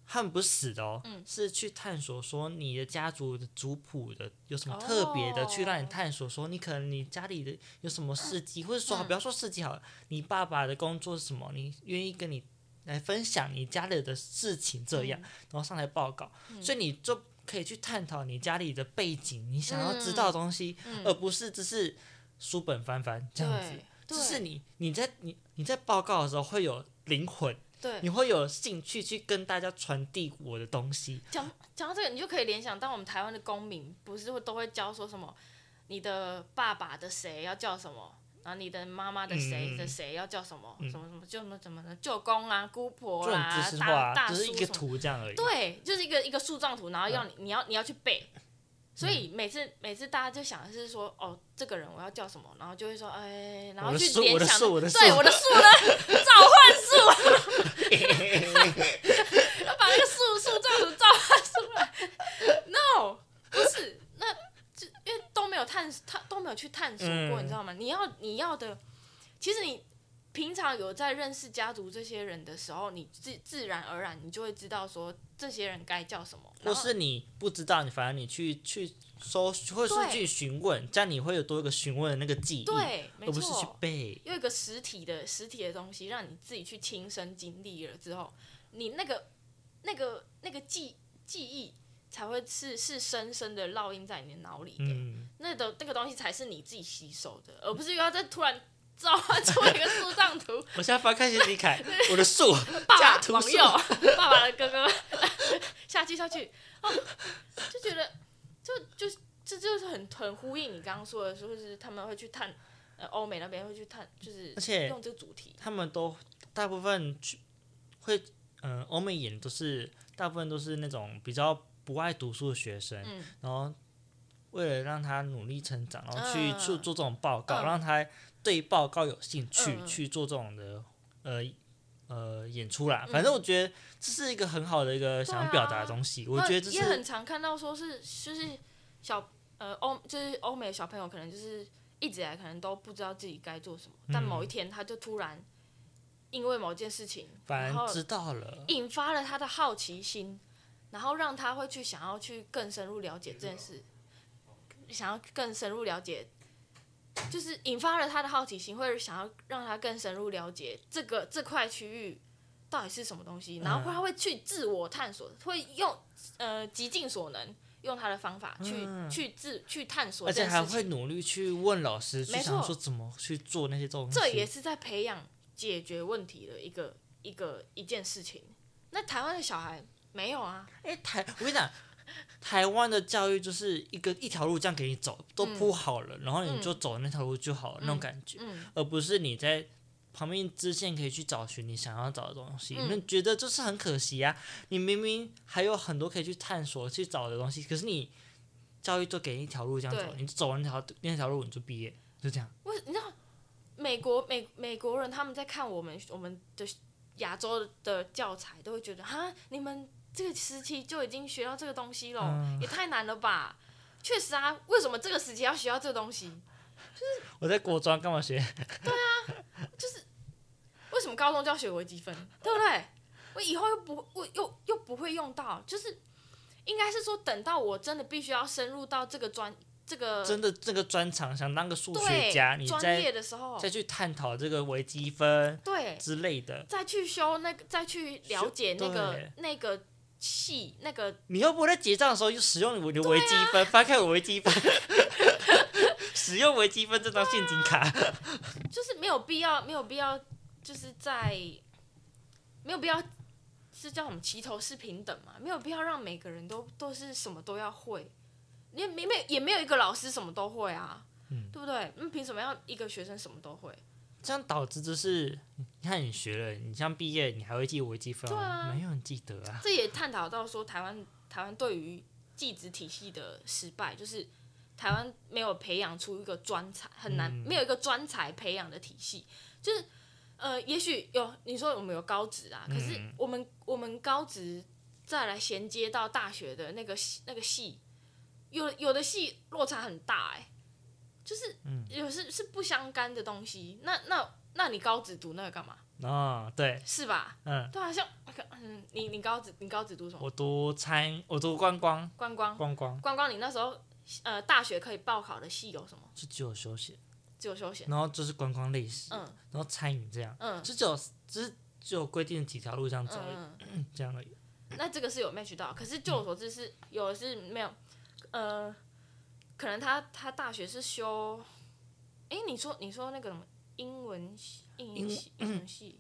Speaker 1: 他们不是死的哦，
Speaker 2: 嗯
Speaker 1: 是去探索说你的家族的族谱的有什么特别的，
Speaker 2: 哦
Speaker 1: 去让你探索说你可能你家里的有什么事迹，或者说好
Speaker 2: 嗯
Speaker 1: 不要说事迹好了，你爸爸的工作是什么，你愿意跟你来分享你家里的事情这
Speaker 2: 嗯
Speaker 1: 样，然后上来报告，所以你就可以去探讨你家里的背景，你想要知道的东西，
Speaker 2: 嗯
Speaker 1: 而不是只是书本翻翻这样子。
Speaker 2: 对，
Speaker 1: 就是你你在你你在报告的时候会有灵魂，
Speaker 2: 对
Speaker 1: 你会有兴趣去跟大家传递我的东西。
Speaker 2: 讲讲到这个，你就可以联想到我们台湾的公民不是会都会教说什么，你的爸爸的谁要叫什么，然后你的妈妈的谁
Speaker 1: 嗯
Speaker 2: 的谁要叫什么，
Speaker 1: 嗯
Speaker 2: 什么什么舅么怎么的舅公啦、姑
Speaker 1: 就
Speaker 2: 婆
Speaker 1: 很
Speaker 2: 啦
Speaker 1: 知、识
Speaker 2: 大
Speaker 1: 化，
Speaker 2: 大
Speaker 1: 只
Speaker 2: 叔
Speaker 1: 是一个
Speaker 2: 什么，
Speaker 1: 图这样而已。嗯
Speaker 2: 对，就是一个一个树状图，然后要你、你要你要去背。所以每次每次大家就想的是说，哦，这个人我要叫什么，然后就会说，哎，然后
Speaker 1: 我的
Speaker 2: 去
Speaker 1: 树
Speaker 2: 联
Speaker 1: 我的
Speaker 2: 想，
Speaker 1: 树我的树
Speaker 2: 对，我的树呢，召唤树。要把那个树树状图照画出来。No，不是，那就因为都没有探探都没有去探索过，
Speaker 1: 嗯
Speaker 2: 你知道吗？你要你要的，其实你平常有在认识家族这些人的时候，你自自然而然你就会知道说这些人该叫什么，
Speaker 1: 或
Speaker 2: 然后
Speaker 1: 是你不知道，你反而你去去搜，或是
Speaker 2: 对
Speaker 1: 去询问，这样你会有多一个询问的那个记忆，
Speaker 2: 对，
Speaker 1: 而
Speaker 2: 没
Speaker 1: 不是去
Speaker 2: 错，
Speaker 1: 背。
Speaker 2: 有一个实体的实体的东西，让你自己去亲身经历了之后，你那个那个那个记记忆才会是是深深的烙印在你的脑里的。
Speaker 1: 嗯，
Speaker 2: 那的那个东西才是你自己吸收的，而不是又要再突然召唤出一个树状图，
Speaker 1: 我现在翻开谢李 凯，我的树，
Speaker 2: 爸
Speaker 1: 架
Speaker 2: 爸
Speaker 1: 图
Speaker 2: 往
Speaker 1: 是
Speaker 2: 右，爸爸的哥哥下去下去，哦，就觉得就就这就是很很呼应你刚刚说的，就是他们会去探呃欧美那边会去探，就是
Speaker 1: 而且
Speaker 2: 用这个主题，
Speaker 1: 他们都大部分去会，嗯、欧美演的都是大部分都是那种比较不爱读书的学生，
Speaker 2: 嗯
Speaker 1: 然后为了让他努力成长，然后去
Speaker 2: 嗯
Speaker 1: 做做这种报告，
Speaker 2: 嗯
Speaker 1: 让他对报告有兴趣，
Speaker 2: 嗯嗯
Speaker 1: 去做这种的呃呃演出啦。
Speaker 2: 嗯
Speaker 1: 反正我觉得这是一个很好的一个想要表达的东西，我
Speaker 2: 啊那
Speaker 1: 觉得这
Speaker 2: 也很
Speaker 1: 是
Speaker 2: 常看到说是就是小呃欧就是欧美小朋友可能就是一直以来可能都不知道自己该做什么，但
Speaker 1: 嗯
Speaker 2: 某一天他就突然因为某件事情，
Speaker 1: 反
Speaker 2: 然后
Speaker 1: 正知道了，
Speaker 2: 引发了他的好奇心，然后让他会去想要去更深入了解这件事，想要更深入了解，就是引发了他的好奇心，会想要让他更深入了解这个这块区域到底是什么东
Speaker 1: 嗯
Speaker 2: 西，然后他会去自我探索，会用呃极尽所能用他的方法去、去自去探索
Speaker 1: 嗯而
Speaker 2: 这
Speaker 1: 且
Speaker 2: 件
Speaker 1: 还
Speaker 2: 事
Speaker 1: 会
Speaker 2: 情，
Speaker 1: 努力去问老师，去
Speaker 2: 没
Speaker 1: 想
Speaker 2: 错
Speaker 1: 说怎么去做那些东西。
Speaker 2: 这也是在培养解决问题的一个一个一件事情。那台湾的小孩没有啊，
Speaker 1: 哎、台我跟你讲，台湾的教育就是一个一条路这样给你走，都铺好了，然后你就走那条路就好了、那种感觉，
Speaker 2: 嗯
Speaker 1: 而不是你在旁边支线可以去找寻你想要找的东西。
Speaker 2: 嗯
Speaker 1: 那觉得就是很可惜啊！你明明还有很多可以去探索、去找的东西，可是你教育就给你一条路这样走，
Speaker 2: 对
Speaker 1: 你就走完那条那条路你就毕业，就这样。
Speaker 2: 为你知道美国美美国人他们在看我们我们的亚洲的教材，都会觉得哈，你们这个时期就已经学到这个东西了，
Speaker 1: 嗯
Speaker 2: 也太难了吧？确实啊，为什么这个时期要学到这个东西？
Speaker 1: 我在国专干嘛学？
Speaker 2: 为什么高中就要学微积分，对不对？我以后又不，我又又不会用到，就是应该是说，等到我真的必须要深入到这个专这个
Speaker 1: 真的这个专长想当个数学家，
Speaker 2: 呃对
Speaker 1: 你
Speaker 2: 专业
Speaker 1: 再
Speaker 2: 的时候
Speaker 1: 再，去探讨这个微积分
Speaker 2: 对，
Speaker 1: 之类的。
Speaker 2: 再去修那个，再去了解那个
Speaker 1: 对
Speaker 2: 那个系那个，
Speaker 1: 你又不会在结账的时候就使用我的微积分，翻开我微积分， 使用微积分这张陷阱卡。
Speaker 2: 就是没有必要，没有必要，就是在没有必要，是叫什么齐头是平等嘛？没有必要让每个人都都是什么都要会，也没没也没有一个老师什么都会啊，对不对？那凭什么要一个学生什么都会？
Speaker 1: 这样导致就是，你看你学了，你像毕业你还会记微积分、哦，
Speaker 2: 对啊
Speaker 1: 没有人记得啊。
Speaker 2: 这也探讨到说台湾台湾对于技职体系的失败，就是台湾没有培养出一个专才，很难、没有一个专才培养的体系，就是呃，也许有你说我们有高职啊，可是我们、我们高职再来衔接到大学的那个系那个系，有有的系落差很大哎、就是有是是不相干的东西，那那那你高职读那个干嘛？
Speaker 1: 哦，对，
Speaker 2: 是吧？
Speaker 1: 嗯，
Speaker 2: 对啊，像嗯，你你高职你高职读什么？
Speaker 1: 我读餐，我读观光，
Speaker 2: 观光，
Speaker 1: 观光
Speaker 2: 观光，你那时候呃大学可以报考的系有什么？
Speaker 1: 就只有休闲，
Speaker 2: 只有休闲。
Speaker 1: 然后就是观光类似，
Speaker 2: 嗯
Speaker 1: 然后餐饮这样，
Speaker 2: 嗯
Speaker 1: 就只有只是只有规定的几条路这样
Speaker 2: 嗯
Speaker 1: 走而已，
Speaker 2: 嗯，
Speaker 1: 这样而已。
Speaker 2: 那这个是有 match 到，可是就我所知是有的是没有，呃，可能他他大学是修，诶，你说你说那个什么英文系、英文嗯系、英文系，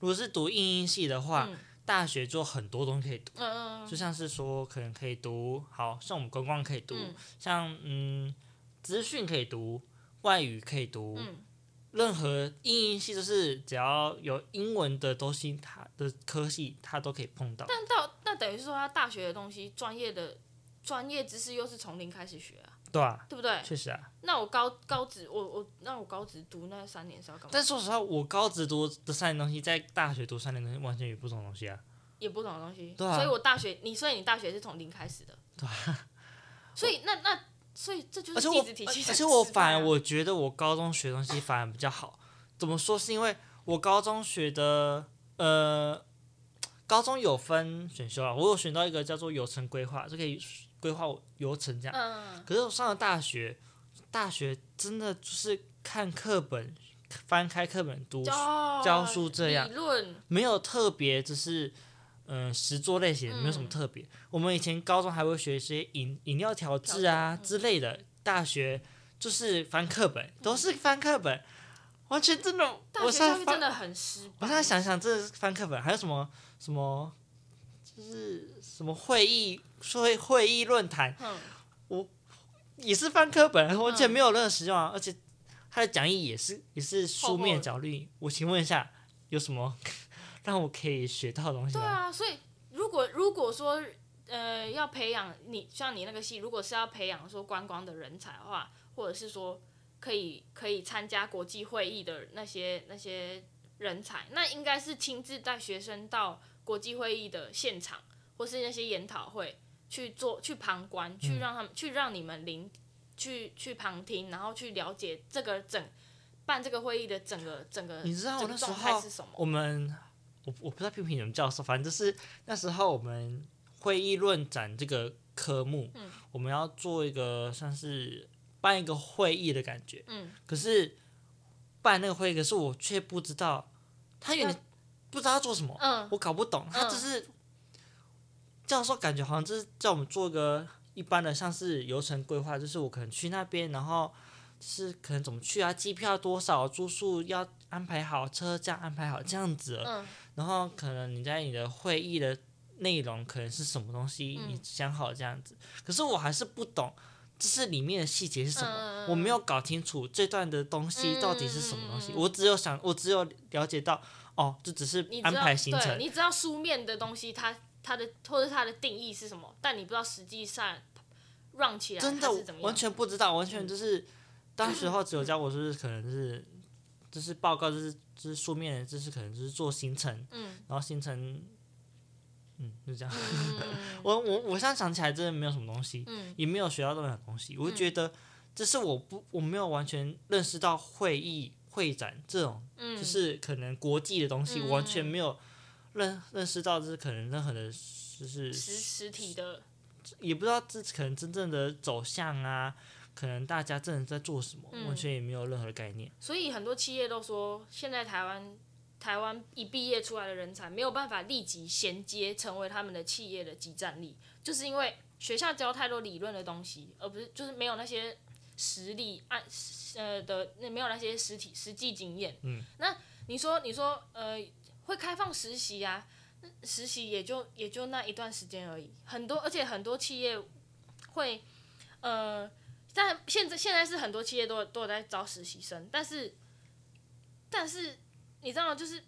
Speaker 1: 如果是读应音系的话，
Speaker 2: 嗯
Speaker 1: 大学就很多东西可以读。
Speaker 2: 嗯嗯
Speaker 1: 就像是说，可能可以读，好像我们观光可以读，
Speaker 2: 嗯
Speaker 1: 像嗯资讯可以读，外语可以读，
Speaker 2: 嗯
Speaker 1: 任何英英系就是只要有英文的东西，它的科系它都可以碰到。
Speaker 2: 但到那等于是说他大学的东西，专业的专业知识又是从零开始学啊，
Speaker 1: 对啊，
Speaker 2: 对不对？
Speaker 1: 确实啊。
Speaker 2: 那我高高职，我我那我高职读那三年是要干嘛？
Speaker 1: 但说实话，我高职读的三年东西，在大学读三年东西完全也不同东西啊。
Speaker 2: 也不懂的东西，
Speaker 1: 对啊
Speaker 2: 所以我大学你所以你大学是从零开始的，对、所以那那所以这就
Speaker 1: 而
Speaker 2: 是
Speaker 1: 且我，
Speaker 2: 一直提起、
Speaker 1: 而且我
Speaker 2: 啊
Speaker 1: 反而我觉得我高中学的东西反而比较好。怎么说？是因为我高中学的，呃，高中有分选修啊，我有选到一个叫做游程规划，就可以规划我游程这样。
Speaker 2: 嗯
Speaker 1: 可是我上了大学，大学真的就是看课本，翻开课本读书，
Speaker 2: 教
Speaker 1: 教书这样
Speaker 2: 理论
Speaker 1: 没有特别，只是嗯实作类型，没有什么
Speaker 2: 嗯
Speaker 1: 特别。我们以前高中还会学一些饮饮料调制啊
Speaker 2: 调制嗯嗯
Speaker 1: 之类的，大学就是翻课本，都是翻课本，完全真的，
Speaker 2: 大
Speaker 1: 我
Speaker 2: 学教
Speaker 1: 上
Speaker 2: 育真
Speaker 1: 翻，
Speaker 2: 的很失败。
Speaker 1: 我现在想想，这是翻课本，还有什么什么，就是什么会议会会议论坛，
Speaker 2: 嗯，
Speaker 1: 也是翻课本，完全
Speaker 2: 嗯
Speaker 1: 没有任何实用啊，而且他的讲义也是也是
Speaker 2: 厚
Speaker 1: 书
Speaker 2: 厚
Speaker 1: 面
Speaker 2: 的
Speaker 1: 角力。我请问一下，有什么 让我可以学到的东西
Speaker 2: 对
Speaker 1: 吗？
Speaker 2: 啊，所以如果如果说呃要培养你像你那个系，如果是要培养说观光的人才的话，或者是说可以可以参加国际会议的那些那些人才，那应该是亲自带学生到国际会议的现场，或是那些研讨会去做去旁观，去让
Speaker 1: 嗯
Speaker 2: 他们、去让你们聆去去旁听，然后去了解这个整办这个会议的整个整个
Speaker 1: 你知道我
Speaker 2: 整呃个
Speaker 1: 那时
Speaker 2: 状态
Speaker 1: 候
Speaker 2: 是什么？
Speaker 1: 我们我我不知道批评你们教授，反正就是那时候我们会议论展这个科目，
Speaker 2: 嗯
Speaker 1: 我们要做一个像是办一个会议的感觉，
Speaker 2: 嗯，
Speaker 1: 可是办那个会议，可是我却不知道他有点不知道要做什么，
Speaker 2: 嗯
Speaker 1: 我搞不懂，他只是、教授感觉好像就是叫我们做个一般的，像是游程规划，就是我可能去那边，然后就是可能怎么去啊，机票多少，住宿要安排好，车这样安排好这样子了，
Speaker 2: 嗯
Speaker 1: 然后可能你在你的会议的内容可能是什么东西，
Speaker 2: 嗯
Speaker 1: 你想好这样子，可是我还是不懂。就是里面的细节是什么？
Speaker 2: 嗯嗯嗯
Speaker 1: 我没有搞清楚这段的东西到底是什么东西。
Speaker 2: 嗯嗯嗯嗯
Speaker 1: 我只有想，我只有了解到，哦，这只是
Speaker 2: 你知
Speaker 1: 安
Speaker 2: 道
Speaker 1: 排行程
Speaker 2: 对，，你知道书面的东西它，它的或者它的定义是什么，但你不知道实际上 run 起来
Speaker 1: 真的
Speaker 2: 它是怎么样。嗯
Speaker 1: 完全不知道，完全就是当时候只有教我，就是可能是就是报告，就是就是书面的，就是可能就是做行程，
Speaker 2: 嗯
Speaker 1: 然后行程，嗯，就这样。
Speaker 2: 嗯
Speaker 1: 我我我现在想起来，真的没有什么东西，
Speaker 2: 嗯
Speaker 1: 也没有学到任何东西。我就觉得这是我不我没有完全认识到会议会展这种，
Speaker 2: 嗯，
Speaker 1: 就是可能国际的东西，
Speaker 2: 嗯
Speaker 1: 我完全没有认认识到，就是可能任何的，就是
Speaker 2: 实实体的，
Speaker 1: 也不知道这可能真正的走向啊，可能大家真的在做什么，
Speaker 2: 嗯
Speaker 1: 完全也没有任何概念。
Speaker 2: 所以很多企业都说，现在台湾台湾一毕业出来的人才没有办法立即衔接成为他们的企业的集战力，就是因为学校教太多理论的东西，而不是就是没有那些实力按呃的那没有那些实体实际经验。
Speaker 1: 嗯，
Speaker 2: 那你说你说呃会开放实习啊？那实习也就也就那一段时间而已，很多而且很多企业会呃但现在现在是很多企业都有都有在招实习生，但是但是你知道吗？就是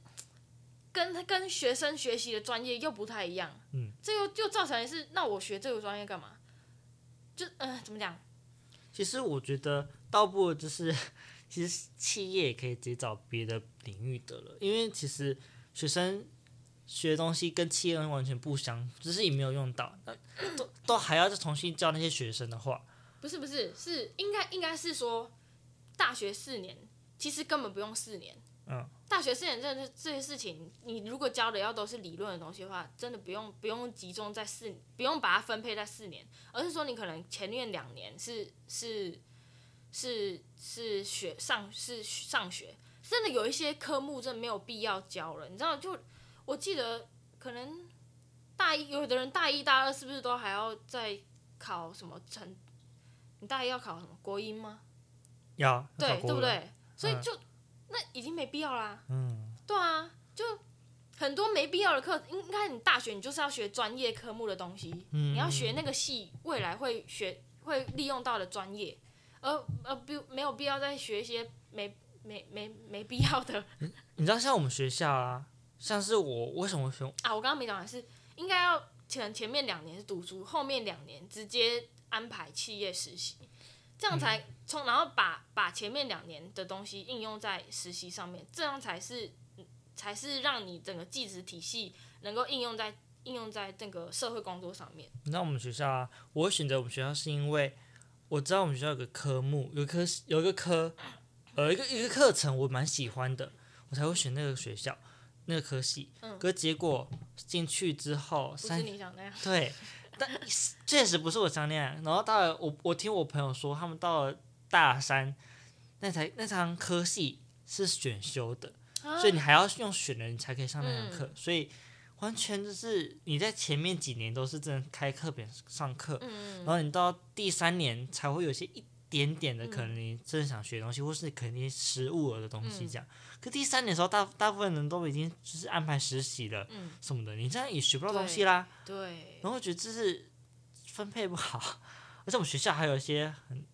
Speaker 2: 跟跟学生学习的专业又不太一样，
Speaker 1: 嗯，
Speaker 2: 这又又造成的是，那我学这个专业干嘛？就嗯、呃怎么讲？
Speaker 1: 其实我觉得倒不如就是， 其实企业也可以直接找别的领域的了，因为其实学生学的东西跟企业完全不相，只是也没有用到，那都都还要再重新教那些学生的话。
Speaker 2: 不是不是，是应该应该是说，大学四年其实根本不用四年。
Speaker 1: 嗯。
Speaker 2: 大学四年这这些事情，你如果教的要都是理论的东西的话，真的不用不用集中在四，不用把它分配在四年，而是说你可能前面两年是是是是学上是上学，真的有一些科目真的没有必要教了，你知道就我记得可能大一有的人大一大二是不是都还要再考什么成你大一要考什么国音吗？
Speaker 1: 要
Speaker 2: 对，
Speaker 1: 要
Speaker 2: 对不？
Speaker 1: 考国文
Speaker 2: 对？所以
Speaker 1: 嗯
Speaker 2: 就、那已经没必要啦。
Speaker 1: 嗯，
Speaker 2: 对啊，就很多没必要的课，应该你大学你就是要学专业科目的东西，
Speaker 1: 嗯
Speaker 2: 你要学那个系未来会学会利用到的专业，而而不没有必要再学一些没没没没必要的
Speaker 1: 你知道像我们学校啊，像是我为什么选
Speaker 2: 啊，我刚刚没讲完是应该要前前面两年是读书，后面两年直接安排企业实习，这样才从、然后把把前面两年的东西应用在实习上面，这样才是才是让你整个技职体系能够应用在应用在这个社会工作上面。
Speaker 1: 你知道我们学校啊，我会选择我们学校是因为我知道我们学校有个科目，有一科有一个科，呃，一个一个课程我蛮喜欢的，我才会选那个学校那个科系。
Speaker 2: 嗯
Speaker 1: 可是结果进去之后，
Speaker 2: 不是
Speaker 1: 三
Speaker 2: 你想那样，
Speaker 1: 对，但确实不是我想那样。然后到了我我听我朋友说，他们到了大三，那才那堂科系是选修的，所以你还要用选的，你才可以上那堂课。所以完全就是你在前面几年都是真的开课本上课，
Speaker 2: 嗯
Speaker 1: 然后你到第三年才会有一些一点点的可能你真的想学的东西，或是可能你失误了的东西这样。可第三年的时候，大大部分人都已经就是安排实习了
Speaker 2: 嗯
Speaker 1: 什么的，你这样也学不到东西
Speaker 2: 对
Speaker 1: 啦。
Speaker 2: 对，
Speaker 1: 然后我觉得这是分配不好，而且我们学校还有一些很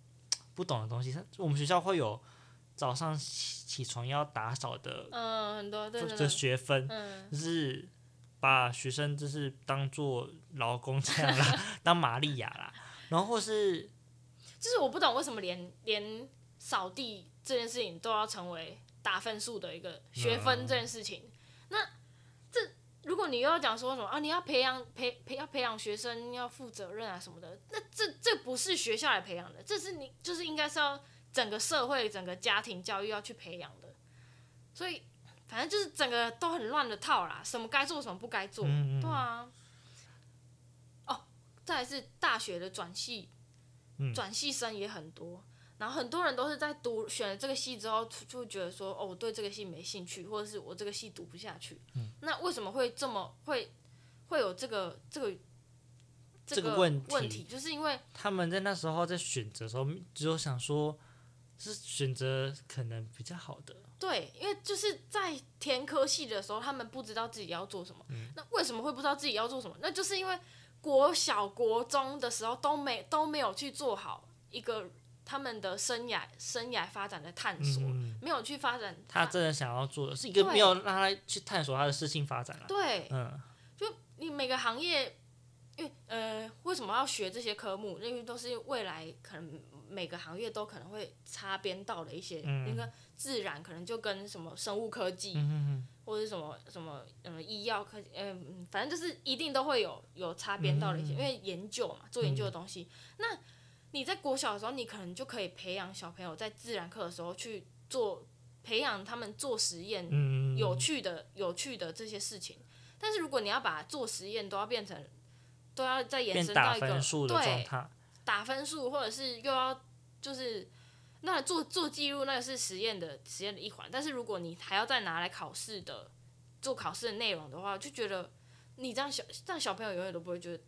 Speaker 1: 不懂的东西。像我们学校会有早上起起床要打扫的
Speaker 2: 嗯、很多对对
Speaker 1: 的
Speaker 2: 对，
Speaker 1: 学分，
Speaker 2: 嗯，
Speaker 1: 就是把学生就是当做劳工这样啦， 当玛利亚啦。然后或是
Speaker 2: 就是我不懂为什么连连扫地这件事情都要成为打分数的一个学分这件事情。那这如果你又要讲说什么啊，你要培养培培要培养学生要负责任啊什么的，那这这不是学校来培养的，这是你就是应该是要整个社会、整个家庭教育要去培养的。所以反正就是整个都很乱的套啦，什么该做什么不该做，
Speaker 1: 嗯嗯嗯
Speaker 2: 对啊。哦，再来是大学的转系
Speaker 1: 嗯，
Speaker 2: 转系生也很多，然后很多人都是在读选了这个系之后，就就会觉得说，哦，我对这个系没兴趣，或者是我这个系读不下去。
Speaker 1: 嗯
Speaker 2: 那为什么会这么会会有这个这个
Speaker 1: 这个问题
Speaker 2: 问题？就是因为
Speaker 1: 他们在那时候在选择的时候，只有想说是选择可能比较好的，
Speaker 2: 对，因为就是在填科系的时候，他们不知道自己要做什么。
Speaker 1: 嗯
Speaker 2: 那为什么会不知道自己要做什么？那就是因为国小、国中的时候都没都没有去做好一个他们的生涯生涯发展的探索，
Speaker 1: 嗯
Speaker 2: 没有去发展
Speaker 1: 他真的想要做的是一个
Speaker 2: 对
Speaker 1: 没有让他去探索他的事情发展啦。
Speaker 2: 对，
Speaker 1: 嗯，
Speaker 2: 就你每个行业，因为呃，为什么要学这些科目？因为都是未来可能每个行业都可能会擦边到的一些，
Speaker 1: 嗯
Speaker 2: 那个自然可能就跟什么生物科技，
Speaker 1: 嗯
Speaker 2: 或者什么什么呃医药科技，嗯、嗯反正就是一定都会有有擦边到的一
Speaker 1: 嗯
Speaker 2: 些，因为研究嘛，做研究的东西。那你在国小的时候，你可能就可以培养小朋友在自然课的时候去做，培养他们做实验，
Speaker 1: 嗯，
Speaker 2: 有趣的、有趣的这些事情。但是如果你要把做实验都要变成，都要再延
Speaker 1: 变
Speaker 2: 伸到
Speaker 1: 打
Speaker 2: 一个
Speaker 1: 分数的状
Speaker 2: 对
Speaker 1: 态，
Speaker 2: 打分数，或者是又要就是那做做记录，那个是实验的实验的一环。但是如果你还要再拿来考试的做考试的内容的话，就觉得你这样小这样小朋友永远都不会觉得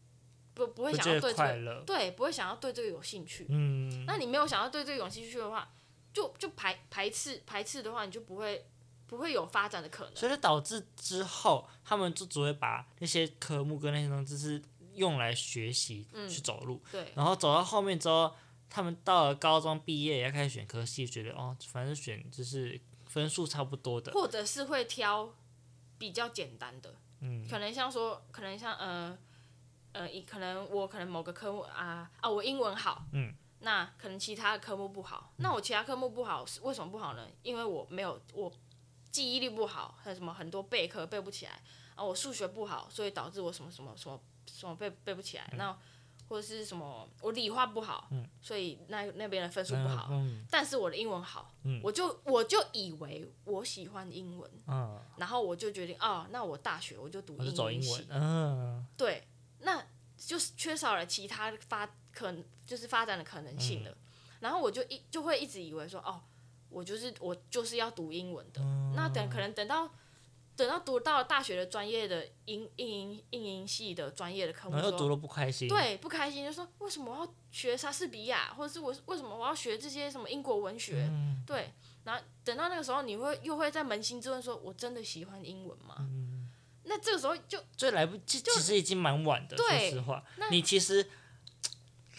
Speaker 2: 不不会
Speaker 1: 会
Speaker 2: 想
Speaker 1: 觉
Speaker 2: 要
Speaker 1: 得
Speaker 2: 对这
Speaker 1: 快
Speaker 2: 个
Speaker 1: 乐。
Speaker 2: 对不会想要对这个有兴趣。
Speaker 1: 嗯，
Speaker 2: 那你没有想要对这个有兴趣的话，就就排排斥排斥的话，你就不会不会有发展的可能。
Speaker 1: 所以就导致之后他们就只会把那些科目跟那些东西是用来学习
Speaker 2: 嗯
Speaker 1: 去走路，
Speaker 2: 对，
Speaker 1: 然后走到后面之后，他们到了高中毕业也要开始选科系，觉得哦，反正选就是分数差不多的，
Speaker 2: 或者是会挑比较简单的，
Speaker 1: 嗯，
Speaker 2: 可能像说，可能像呃呃，一可能我可能某个科目啊啊，我英文好，
Speaker 1: 嗯，
Speaker 2: 那可能其他的科目不好，那我其他科目不好是为什么不好呢？因为我没有我记忆力不好，还有什么很多备课背不起来啊，我数学不好，所以导致我什么什么什么什么背背不起
Speaker 1: 嗯
Speaker 2: 来，那或者是什么我理化不好，嗯，所以那那边的分数不好，
Speaker 1: 嗯
Speaker 2: 但是我的英文好，
Speaker 1: 嗯
Speaker 2: 我就我就以为我喜欢英文，
Speaker 1: 嗯，
Speaker 2: 然后我就决定哦，那我大学我就读
Speaker 1: 我就
Speaker 2: 英
Speaker 1: 走英
Speaker 2: 系
Speaker 1: 文，嗯，
Speaker 2: 对，那就是缺少了其他发可就是发展的可能性
Speaker 1: 嗯
Speaker 2: 了。然后我就一就会一直以为说哦，我就是我就是要读英文的，
Speaker 1: 嗯
Speaker 2: 那等可能等到。等到读到大学的专业的英英英英英系的专业的科目
Speaker 1: 然后
Speaker 2: 之后，
Speaker 1: 又读了不开心，，
Speaker 2: 对，不开心就说为什么我要学莎士比亚，或者是我为什么我要学这些什么英国文学？
Speaker 1: 嗯
Speaker 2: 对，然后等到那个时候，你会又会在扪心自问说，我真的喜欢英文吗？
Speaker 1: 嗯
Speaker 2: 那这个时候就
Speaker 1: 最来不及，其实已经蛮晚的。说
Speaker 2: 对
Speaker 1: 实话
Speaker 2: 那，
Speaker 1: 你其实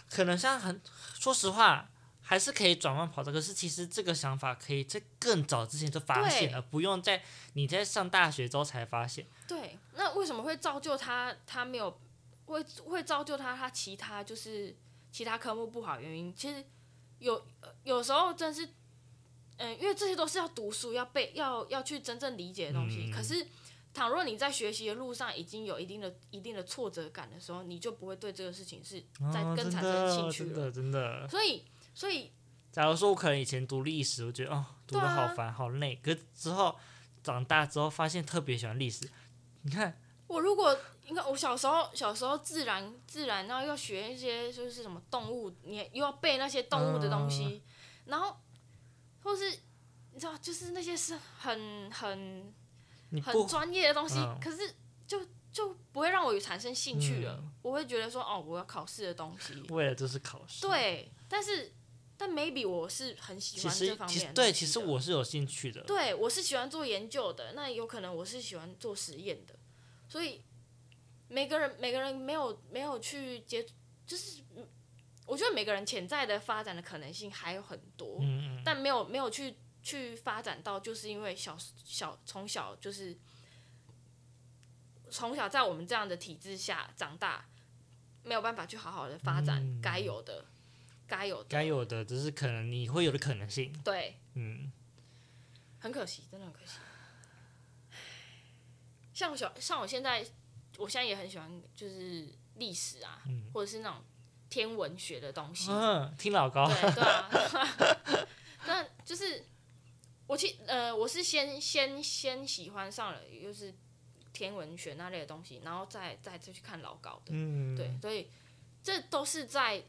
Speaker 1: 可能像很，说实话，还是可以转换跑道。可是其实这个想法可以在更早之前就发现
Speaker 2: 对
Speaker 1: 了，不用在你在上大学之后才发现。
Speaker 2: 对，那为什么会造就他？他没有会会造就他？他其他就是其他科目不好，原因其实有有时候真是，嗯，因为这些都是要读书、要背、要要去真正理解的东西。
Speaker 1: 嗯
Speaker 2: 可是，倘若你在学习的路上已经有一定的一定的挫折感的时候，你就不会对这个事情是在
Speaker 1: 哦
Speaker 2: 更
Speaker 1: 真
Speaker 2: 产
Speaker 1: 的
Speaker 2: 生兴趣
Speaker 1: 真
Speaker 2: 了。
Speaker 1: 的真的。
Speaker 2: 所以，所以
Speaker 1: 假如说我可能以前读历史，我觉得哦读的
Speaker 2: 对啊
Speaker 1: 好烦、好累，可是之后长大之后发现特别喜欢历史。你看，
Speaker 2: 我如果你看我小时候小时候自然自然，然后要学一些就是什么动物，你又要背那些动物的东西，
Speaker 1: 嗯
Speaker 2: 然后或是你知道就是那些是很很
Speaker 1: 你不
Speaker 2: 很专业的东西，
Speaker 1: 嗯
Speaker 2: 可是就就不会让我有产生兴趣了。
Speaker 1: 嗯
Speaker 2: 我会觉得说哦，我要考试的东西，
Speaker 1: 为了就是考试。，
Speaker 2: 对，但是但 maybe 我是很喜
Speaker 1: 其
Speaker 2: 欢这
Speaker 1: 实
Speaker 2: 方
Speaker 1: 其
Speaker 2: 面的
Speaker 1: 实对，
Speaker 2: 东西
Speaker 1: 其实
Speaker 2: 的
Speaker 1: 我是有兴趣的。
Speaker 2: 对，我是喜欢做研究的，那有可能我是喜欢做实验的，所以每个人每个人没有没有去接，就是嗯我觉得每个人潜在的发展的可能性还有很多，
Speaker 1: 嗯嗯。
Speaker 2: 但没有没有去去发展到，就是因为小小从小就是从小在我们这样的体制下长大，没有办法去好好的发展
Speaker 1: 嗯
Speaker 2: 该有的，该有的，
Speaker 1: 该有的只是可能你会有的可能性。
Speaker 2: 对，
Speaker 1: 嗯，
Speaker 2: 很可惜，真的很可惜。像我小，像我现在，我现在也很喜欢，就是历史啊，或者是那种天文学的东西。
Speaker 1: 嗯，听老高，
Speaker 2: 对对啊， 那就是我其呃，我是先先先喜欢上了，就是天文学那类的东西，然后再再再去看老高的。
Speaker 1: 嗯，
Speaker 2: 对，所以这都是在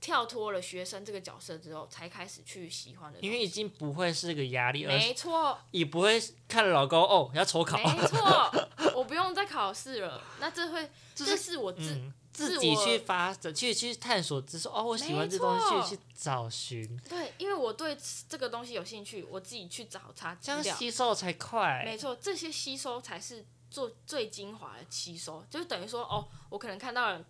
Speaker 2: 跳脱了学生这个角色之后，才开始去喜欢的东西。
Speaker 1: 因为已经不会是个压力，而
Speaker 2: 没错，
Speaker 1: 也不会看了老高哦要重考，
Speaker 2: 没错，我不用再考试了。那这会，
Speaker 1: 就
Speaker 2: 这
Speaker 1: 是
Speaker 2: 是我自、
Speaker 1: 嗯 自己
Speaker 2: 我
Speaker 1: 去发展，去去探索知识。哦，我喜欢
Speaker 2: 没
Speaker 1: 这东西，
Speaker 2: 错
Speaker 1: 去找寻，
Speaker 2: 对，因为我对这个东西有兴趣，我自己去找查
Speaker 1: 这
Speaker 2: 资
Speaker 1: 样
Speaker 2: 料。
Speaker 1: 吸收才
Speaker 2: 没
Speaker 1: 快。
Speaker 2: 错，这些吸收才是做最精华的吸收，就是等于说，哦，我可能看到了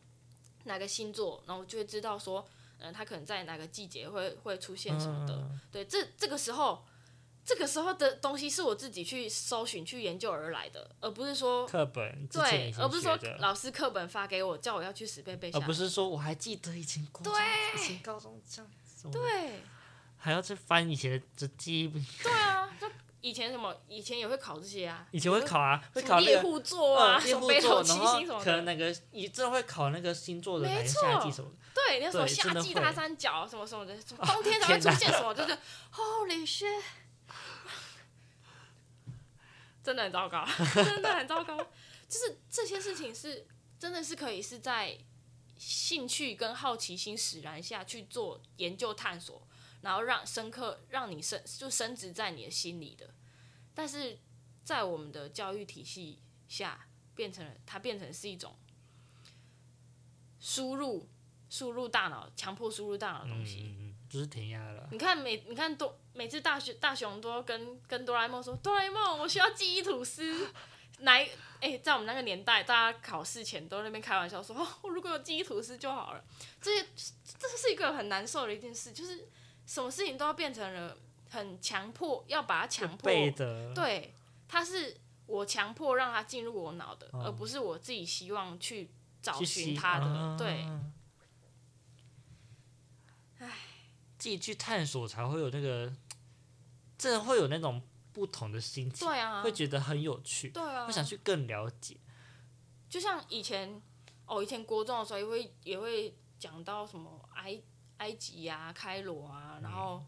Speaker 2: 哪个星座，然后我就会知道说，嗯、它可能在哪个季节会会出现什么的。
Speaker 1: 嗯
Speaker 2: 对，这这个时候。这个时候的东西是我自己去搜寻、去研究而来的，而不是说
Speaker 1: 课本之前
Speaker 2: 对
Speaker 1: 已，经
Speaker 2: 而不是说
Speaker 1: 学的
Speaker 2: 老师课本发给我，叫我要去死背背下
Speaker 1: 而
Speaker 2: 来。
Speaker 1: 不是说我还记得以前高中，以前哎高中这样子，对，
Speaker 2: 对
Speaker 1: 还要去翻以前的这记忆，
Speaker 2: 对啊，就以前什么，以前也会考这些啊，
Speaker 1: 以前会考啊，会
Speaker 2: 什
Speaker 1: 考
Speaker 2: 么
Speaker 1: 那
Speaker 2: 猎
Speaker 1: 个呃嗯
Speaker 2: 户座啊，
Speaker 1: 猎
Speaker 2: 什
Speaker 1: 户
Speaker 2: 么北
Speaker 1: 座，
Speaker 2: 斗七
Speaker 1: 然后
Speaker 2: 星什么
Speaker 1: 可能
Speaker 2: 的，
Speaker 1: 那个你真的会考那个星座的，
Speaker 2: 没
Speaker 1: 哪个夏季
Speaker 2: 错
Speaker 1: 什么的，
Speaker 2: 对，那什么
Speaker 1: 对真
Speaker 2: 夏
Speaker 1: 的
Speaker 2: 季
Speaker 1: 会
Speaker 2: 大三角什么什么的，什么冬天才
Speaker 1: 天
Speaker 2: 会出
Speaker 1: 哪
Speaker 2: 现什么，就是 Holy shit，真的很糟 糕，真的很糟糕，就是这些事情是真的是可以是在兴趣跟好奇心使然下去做研究探索，然后让深刻让你深就深植在你的心里的。但是在我们的教育体系下，变成了它变成是一种输入输入大脑，强迫输入大脑的东西。
Speaker 1: 嗯嗯，就是填鸭了。
Speaker 2: 你看每你看多每次大熊大熊都跟跟哆啦 A 梦说，哆啦 A 梦，我需要记忆吐司。 哪一哎、在我们那个年代，大家考试前都在那边开玩笑说，哦， 我如果有记忆吐司就好了。这些这是一个很难受的一件事，就是什么事情都要变成了很强迫，要把它强迫
Speaker 1: 背的，，
Speaker 2: 对，它是我强迫让它进入我脑的，
Speaker 1: 哦
Speaker 2: 而不是我自己希望去找
Speaker 1: 去
Speaker 2: 寻
Speaker 1: 吸
Speaker 2: 它的。
Speaker 1: 啊
Speaker 2: 对，
Speaker 1: 自己去探索才会有那个，真的会有那种不同的心情，
Speaker 2: 对啊
Speaker 1: 会，觉得很有趣，
Speaker 2: 对啊，
Speaker 1: 会想去更了解。
Speaker 2: 就像以前哦，以前国中的时候也会也会讲到什么埃埃及啊、开罗啊，
Speaker 1: 嗯
Speaker 2: 然后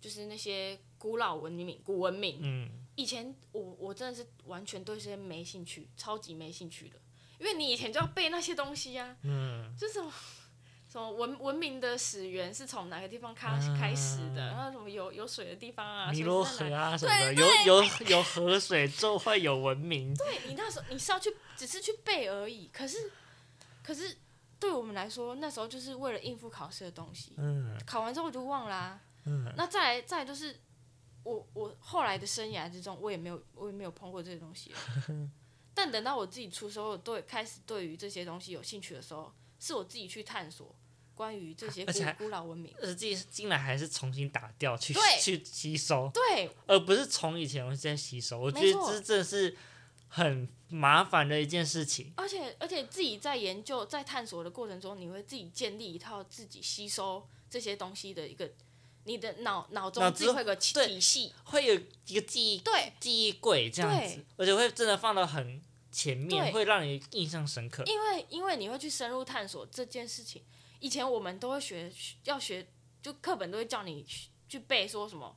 Speaker 2: 就是那些古老文明、古文明。
Speaker 1: 嗯，
Speaker 2: 以前我我真的是完全对这些没兴趣，超级没兴趣的，因为你以前就要背那些东西啊，嗯， 就是什么什么文文明的始源是从哪个地方开、开始的，然后什么有有水的地方啊，
Speaker 1: 尼
Speaker 2: 什
Speaker 1: 嗯罗
Speaker 2: 么是在
Speaker 1: 河
Speaker 2: 哪
Speaker 1: 啊什么的，有有有河水就会有文明。
Speaker 2: 对你那时候你是要去，只是去背而已。可是，可是对我们来说，那时候就是为了应付考试的东西。
Speaker 1: 嗯
Speaker 2: 考完之后我就忘啦、啊
Speaker 1: 嗯，
Speaker 2: 那再来，再来就是我我后来的生涯之中，我也没有我也没有碰过这些东 西了。但等到我自己出社会，对开始对于这些东西有兴趣的时候，是我自己去探索、关于这些
Speaker 1: 而且还
Speaker 2: 古古老 文明。
Speaker 1: 而且进进来还是重新打掉去
Speaker 2: 对
Speaker 1: 去吸收，
Speaker 2: 对，
Speaker 1: 而不是从以前我在吸收。我觉
Speaker 2: 没
Speaker 1: 得
Speaker 2: 错
Speaker 1: 这真的是很麻烦的一件事情。
Speaker 2: 而且而且自己在研究、在探索的过程中，你会自己建立一套自己吸收这些东西的一个，你的脑脑
Speaker 1: 脑
Speaker 2: 中
Speaker 1: 子
Speaker 2: 自己会有个体
Speaker 1: 对
Speaker 2: 体系。
Speaker 1: 会有一个记忆
Speaker 2: 对，
Speaker 1: 记忆柜这样子
Speaker 2: 对，
Speaker 1: 而且会真的放到很前面，
Speaker 2: 对
Speaker 1: 会让你印象深刻。
Speaker 2: 因为因为你会去深入探索这件事情。以前我们都会学要学，就课本都会叫你去去背说什么，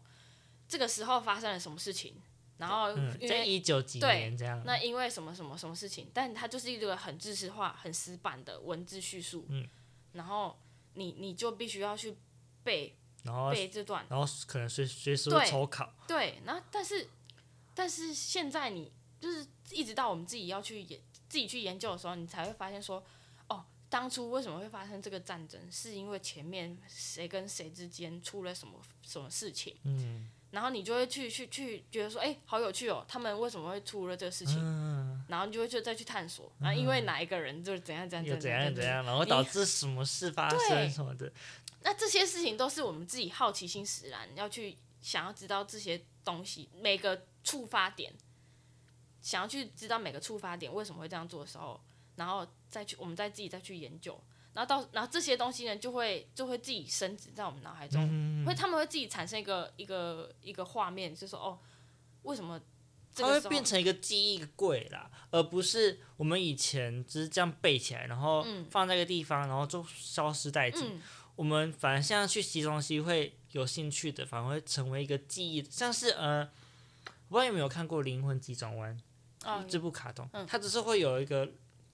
Speaker 2: 这个时候发生了什么事情，然后
Speaker 1: 嗯，
Speaker 2: 因
Speaker 1: 在
Speaker 2: 为、
Speaker 1: 一九几
Speaker 2: 对
Speaker 1: 年这样，
Speaker 2: 那因为什么什么什么事情，但它就是一个很知识化、很死板的文字叙述。
Speaker 1: 嗯
Speaker 2: 然后你你就必须要去背
Speaker 1: 然后
Speaker 2: 背这段，
Speaker 1: 然后可能随随时会
Speaker 2: 对
Speaker 1: 抽考，
Speaker 2: 对，然后但是但是现在你就是一直到我们自己要去研自己去研究的时候，你才会发现说，哦，当初为什么会发生这个战争，是因为前面谁跟谁之间出了什么什么事情，
Speaker 1: 嗯
Speaker 2: 然后你就会去去去觉得说，哎、好有趣哦，他们为什么会出了这个事情，
Speaker 1: 嗯，
Speaker 2: 然后你就会去再去探索，然后因为哪一个人就是怎样怎样
Speaker 1: 又
Speaker 2: 怎
Speaker 1: 怎
Speaker 2: 样
Speaker 1: 样怎。样，然后
Speaker 2: 你
Speaker 1: 导致什么事发生
Speaker 2: 对
Speaker 1: 什么的，
Speaker 2: 那这些事情都是我们自己好奇心使然，要去想要知道这些东西每个触发点，想要去知道每个触发点为什么会这样做的时候，然后再去我们再自己再去研究，然后到然后这些东西呢就会就会自己升值在我们脑海中，
Speaker 1: 嗯，
Speaker 2: 会他们会自己产生一个一个一个画面，就说哦，为什么这
Speaker 1: 它
Speaker 2: 个
Speaker 1: 会
Speaker 2: 时候
Speaker 1: 变成一个记忆柜啦，而不是我们以前只是这样背起来，然后
Speaker 2: 嗯
Speaker 1: 放在一个地方，然后就消失殆尽。
Speaker 2: 嗯
Speaker 1: 我们反而现在去吸东西会有兴趣的，反而会成为一个记忆，像是呃，我不知道你有没有看过《灵魂急转弯》
Speaker 2: 哦
Speaker 1: 这部卡通，
Speaker 2: 嗯
Speaker 1: 它只是会有一个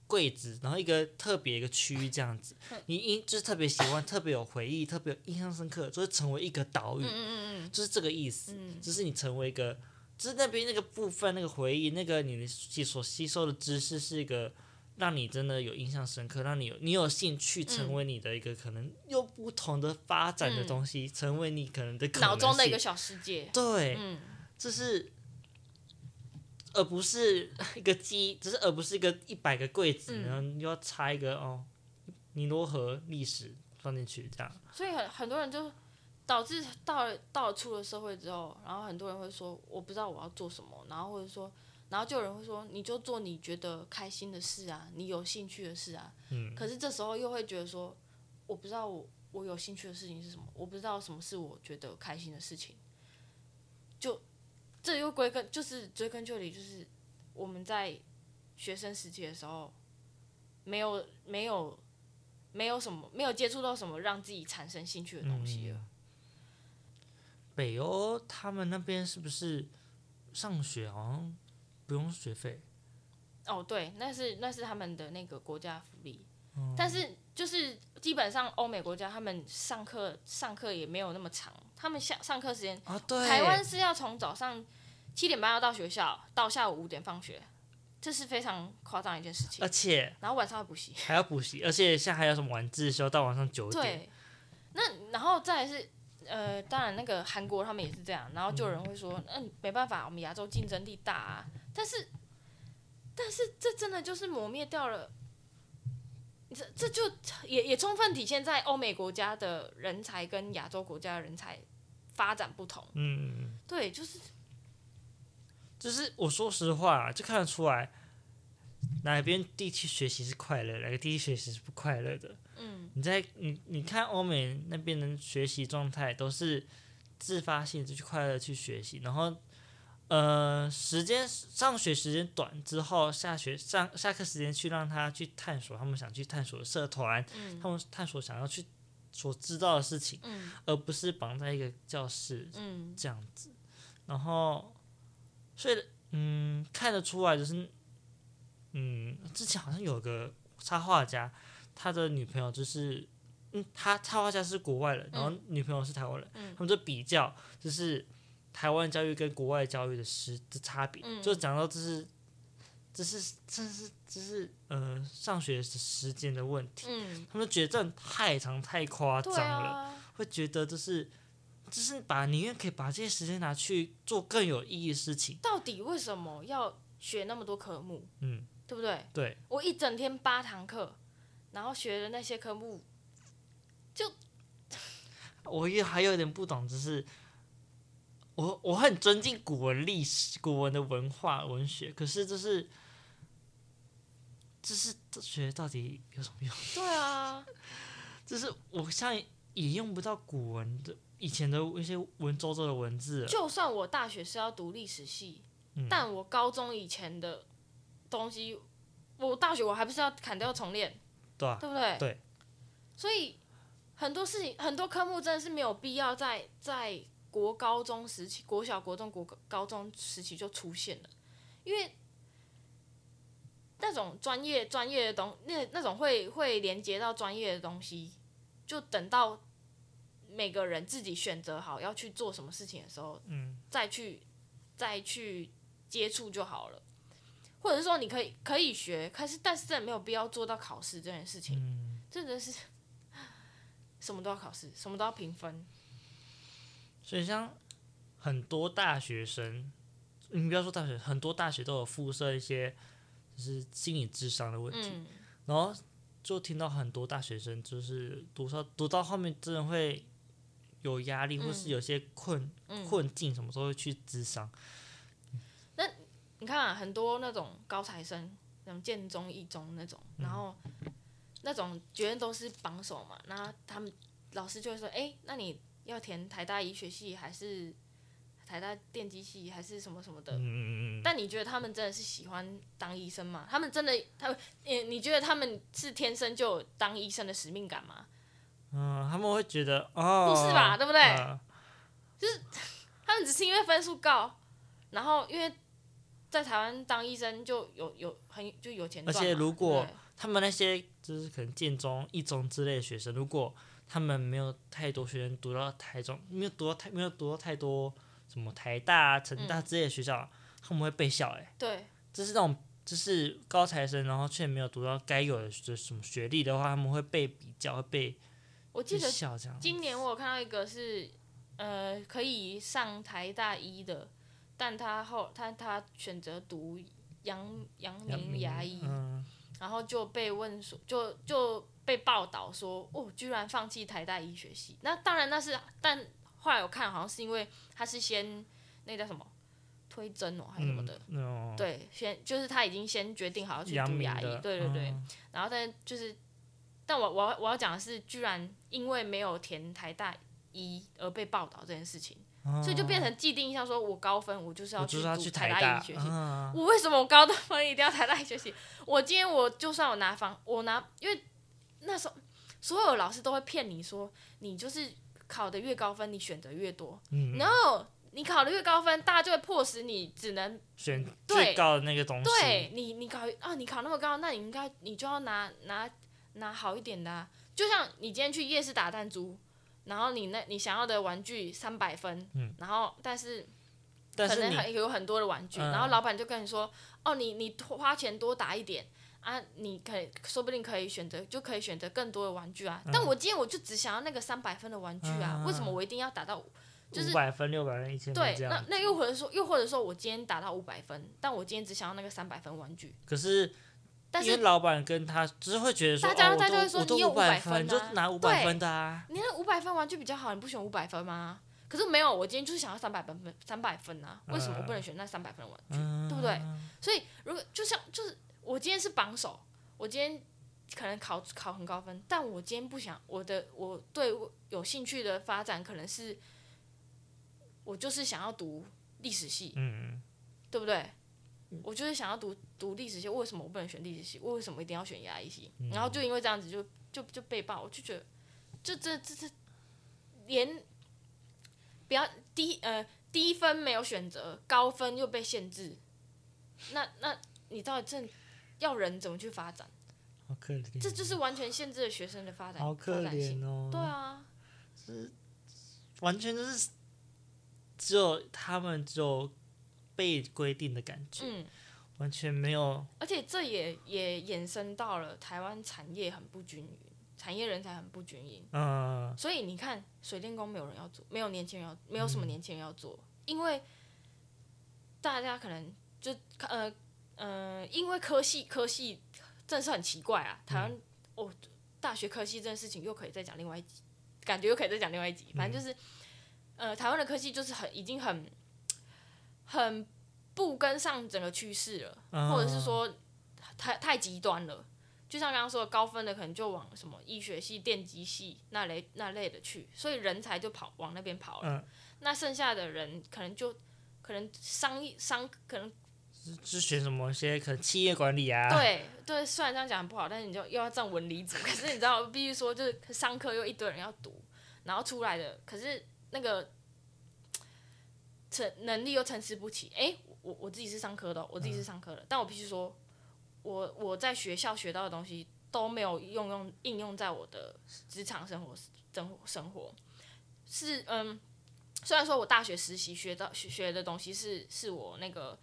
Speaker 1: 柜子，然后一个特别一个区域这样子，
Speaker 2: 嗯
Speaker 1: 你因就是特别喜欢、特别有回忆、特别有印象深刻，就会成为一个岛屿，
Speaker 2: 嗯嗯嗯
Speaker 1: 就是这个意思，
Speaker 2: 嗯
Speaker 1: 就是你成为一个，就是那边那个部分那个回忆，那个你吸所吸收的知识是一个。让你真的有印象深刻，让你有你有兴趣
Speaker 2: 嗯
Speaker 1: 成为你的一个可能又不同的发展的东西，成为你可能的可
Speaker 2: 嗯，
Speaker 1: 能
Speaker 2: 脑中的一
Speaker 1: 性
Speaker 2: 个小世界，
Speaker 1: 对，
Speaker 2: 嗯
Speaker 1: 这是，而不是一个鸡，只是而不是一个一百个柜子，
Speaker 2: 嗯
Speaker 1: 然后你又要插一个哦，尼罗河历史放进去这样。
Speaker 2: 所以很很多人就导致到了到了出了社会之后，然后很多人会说我不知道我要做什么，然后或者说，然后就有人会说你就做你觉得开心的事啊，你有兴趣的事啊。
Speaker 1: 嗯
Speaker 2: 可是这时候又会觉得说，我不知道我我有兴趣的事情是什么，我不知道什么是我觉得开心的事情。就这又归根就是追根究底，就是我们在学生时期的时候，没有没有没有什么没有接触到什么让自己产生兴趣的东西了。
Speaker 1: 北欧他们那边是不是上学好像不用学费？
Speaker 2: 哦，对，那是那是他们的那个国家福利，但是就是基本上欧美国家他们上课上课也没有那么长，他们下上课时间
Speaker 1: 啊，对，
Speaker 2: 台湾是要从早上七点半要到学校，到下午五点放学，这是非常夸张的一件事情
Speaker 1: 而。且
Speaker 2: 然后晚上要补习，
Speaker 1: 还要补习，而且现在还有什么晚自修到晚上九点，
Speaker 2: 对。那然后再来是呃，当然那个韩国他们也是这样，然后就有人会说，嗯、没办法，我们亚洲竞争力大啊。但是，但是这真的就是磨灭掉了。这这就也也充分体现在欧美国家的人才跟亚洲国家的人才发展不同。
Speaker 1: 嗯。
Speaker 2: 对，就是
Speaker 1: 就是我说实话、就看得出来哪边地区学习是快乐，哪个地区学习是不快乐的。
Speaker 2: 嗯，
Speaker 1: 你在你你看欧美那边的学习状态都是自发性地去快乐去学习，然后呃时间上学时间短之后，下学上下课时间去让他去探索他们想去探索的社团，
Speaker 2: 嗯
Speaker 1: 他们探索想要去所知道的事情，
Speaker 2: 嗯
Speaker 1: 而不是绑在一个教室
Speaker 2: 嗯
Speaker 1: 这样子。然后，所以嗯，看得出来就是，嗯，之前好像有个插画家，他的女朋友就是，嗯，他插画家是国外人，然后女朋友是台湾人，
Speaker 2: 嗯
Speaker 1: 他们就比较就是台湾教育跟国外教育的实的差别，
Speaker 2: 嗯
Speaker 1: 就讲到这是。这是，这是，这是，呃，上学时间的问题。
Speaker 2: 嗯，
Speaker 1: 他们就觉得这样太长太夸张
Speaker 2: 对
Speaker 1: 了，
Speaker 2: 啊，
Speaker 1: 会觉得就是就是把宁愿可以把这些时间拿去做更有意义的事情。
Speaker 2: 到底为什么要学那么多科目？
Speaker 1: 嗯，
Speaker 2: 对不对？
Speaker 1: 对，
Speaker 2: 我一整天八堂课，然后学的那些科目，
Speaker 1: 我又还有点不懂，就是我我很尊敬古文历史、古文的文化文学，可是就是就是这学到底有什么用？
Speaker 2: 对啊，
Speaker 1: 就是我像也用不到古文的以前的一些文绉绉的文字了，
Speaker 2: 就算我大学是要读历史系，
Speaker 1: 嗯
Speaker 2: 但我高中以前的东西，我大学我还不是要砍掉重练，
Speaker 1: 对吧、
Speaker 2: 对不对？
Speaker 1: 啊对。
Speaker 2: 所以很多事情、很多科目真的是没有必要在在国高中时期、国小、国中、国高中时期就出现了，因为那种专业专业的东那那种会会连接到专业的东西，就等到每个人自己选择好要去做什么事情的时候，
Speaker 1: 嗯，
Speaker 2: 再去再去接触就好了。或者是说你可以可以学，可是但是真的没有必要做到考试这件事情，
Speaker 1: 嗯，
Speaker 2: 真的是 什么都要考试，什么都要评分。
Speaker 1: 所以像很多大学生，你不要说大学，很多大学都有附设一些就是心理智商的问题，
Speaker 2: 嗯，
Speaker 1: 然后就听到很多大学生就是读到读到后面真的会有压力，或是有些困、
Speaker 2: 嗯
Speaker 1: 困境，什么时候会去智商？
Speaker 2: 你看啊、很多那种高材生，什么建中、一中那种，
Speaker 1: 嗯
Speaker 2: 然后那种绝对都是榜首嘛。那他们老师就会说：“哎、那你要填台大医学系还是台大电机系还是什么什么的？”
Speaker 1: 嗯嗯嗯嗯，
Speaker 2: 但你觉得他们真的是喜欢当医生吗？他们真的，他们，你你觉得他们是天生就有当医生的使命感吗？
Speaker 1: 嗯，他们会觉得哦，
Speaker 2: 不是吧对不对
Speaker 1: 啊
Speaker 2: 他们只是因为分数高，然后因为在台湾当医生就有有很就有钱赚嘛，
Speaker 1: 而且如果
Speaker 2: 对不对
Speaker 1: 他们那些就是可能建中、一中之类的学生，如果他们没有太多学生读到台中，没有读到太没有读到太多什么台大、成大之类的学校，他们会被笑哎、欸
Speaker 2: 对
Speaker 1: 就是那种就是高材生，然后却没有读到该有的就是什么学历的话，他们会被比较，会被
Speaker 2: 我
Speaker 1: 被
Speaker 2: 记得
Speaker 1: 笑这样。
Speaker 2: 今年我有看到一个是呃可以上台大医的，但他后他他选择读阳阳明牙医，
Speaker 1: 嗯，
Speaker 2: 然后就被问说，就就被报道说，哦，居然放弃台大医学系。那当然那是，但后来我看好像是因为他是先那个叫什么推甄哦，还是什么的，
Speaker 1: 嗯？哦
Speaker 2: 对，先就是他已经先决定好要去
Speaker 1: 阳
Speaker 2: 读
Speaker 1: 明
Speaker 2: 牙医
Speaker 1: 的，，
Speaker 2: 对对对。
Speaker 1: 嗯
Speaker 2: 然后但就是，但我我要我要讲的是，居然因为没有填台大医而被报道这件事情，所以就变成既定印象，说我高分我就是
Speaker 1: 嗯我
Speaker 2: 要
Speaker 1: 就
Speaker 2: 去
Speaker 1: 是要
Speaker 2: 读
Speaker 1: 去
Speaker 2: 台
Speaker 1: 大
Speaker 2: 医学系。
Speaker 1: 嗯
Speaker 2: 我为什么我高中分一定要台大医学系？我今天我就算我拿房，我拿，因为那时候所有老师都会骗你说，你就是考的越高分，你选择越多。
Speaker 1: 嗯，
Speaker 2: no，你考的越高分，大家就会迫使你只能
Speaker 1: 选
Speaker 2: 对
Speaker 1: 最高的那个东西，
Speaker 2: 对你，你考啊，你考那么高，那你应该你就要拿拿拿好一点的、啊。就像你今天去夜市打弹珠，然后你那你想要的玩具三百分，
Speaker 1: 嗯
Speaker 2: 然后但是
Speaker 1: 但
Speaker 2: 可
Speaker 1: 是
Speaker 2: 能
Speaker 1: 你
Speaker 2: 还有很多的玩具，
Speaker 1: 嗯
Speaker 2: 然后老板就跟你说，哦，你你多花钱多打一点啊，你可以说不定可以选择，就可以选择更多的玩具啊。但我今天我就只想要那个三百分的玩具啊，
Speaker 1: 嗯
Speaker 2: 为什么我一定要打到五？就是
Speaker 1: 五百分、六百分、一千
Speaker 2: 对
Speaker 1: 分这，
Speaker 2: 那
Speaker 1: 样。
Speaker 2: 那又或者说，又或者说我今天打到五百分，但我今天只想要那个三百分玩具。
Speaker 1: 可是
Speaker 2: 但
Speaker 1: 因为
Speaker 2: 是
Speaker 1: 老板跟他就是会觉得说，
Speaker 2: 大家
Speaker 1: 哦，
Speaker 2: 大家会
Speaker 1: 我
Speaker 2: 说
Speaker 1: 都我都
Speaker 2: 你有
Speaker 1: 五百
Speaker 2: 500分啊
Speaker 1: 你就拿五百分的啊。
Speaker 2: 你那五百分玩具比较好，你不选五百分吗？可是没有，我今天就是想要三百分分三百分啊！为什么我不能选那三百分的玩具？对不对？所以如果就像就是我今天是榜首，我今天可能考考很高分，但我今天不想我的我对我有兴趣的发展可能是，我就是想要读历史系，
Speaker 1: 嗯，
Speaker 2: 对不对？我就是想要读读历史系，为什么我不能选历史系？为什么一定要选牙医系？
Speaker 1: 嗯
Speaker 2: 然后就因为这样子就就就被爆，我就觉得这这这这连不要低呃低分没有选择，高分又被限制，那那你到底正要人怎么去发展？
Speaker 1: 好可怜，
Speaker 2: 这就是完全限制了学生的发展，
Speaker 1: 好可
Speaker 2: 发展性
Speaker 1: 怜。哦。
Speaker 2: 对啊，
Speaker 1: 完全就是只有他们只有被规定的感觉，
Speaker 2: 嗯，
Speaker 1: 完全没有
Speaker 2: 而且这也也衍生到了台湾产业很不均匀，产业人才很不均匀。
Speaker 1: 嗯
Speaker 2: 所以你看，水电工没有人要做，没有年轻人要，没有什么年轻人要做，因为大家可能就呃呃，因为科系科系真的是很奇怪啊，台湾、哦，大大学科系这件事情又可以再讲另外一集，感觉又可以再讲另外一集。反正就是，呃，台湾的科系就是很已经很很不跟上整个趋势了，
Speaker 1: 嗯
Speaker 2: 或者是说太太极端了。就像刚刚说的，高分的可能就往什么医学系、电机系那类那类的去，所以人才就跑往那边跑了。
Speaker 1: 嗯
Speaker 2: 那剩下的人可能就可能商业商可能
Speaker 1: 是学什么一些可能企业管理啊，，
Speaker 2: 对对，虽然这样讲很不好，但是你就又要占文理组， 可是你知道，必须说就是上课又一堆人要读，然后出来的，可是那个成能力又参差不齐。诶，我我自己是上科的哦，我自己是上科的，但我必须说，我我在学校学到的东西都没有用用应用在我的职场生活生活生活，是嗯。虽然说我大学实习学到学学的东西是是我那个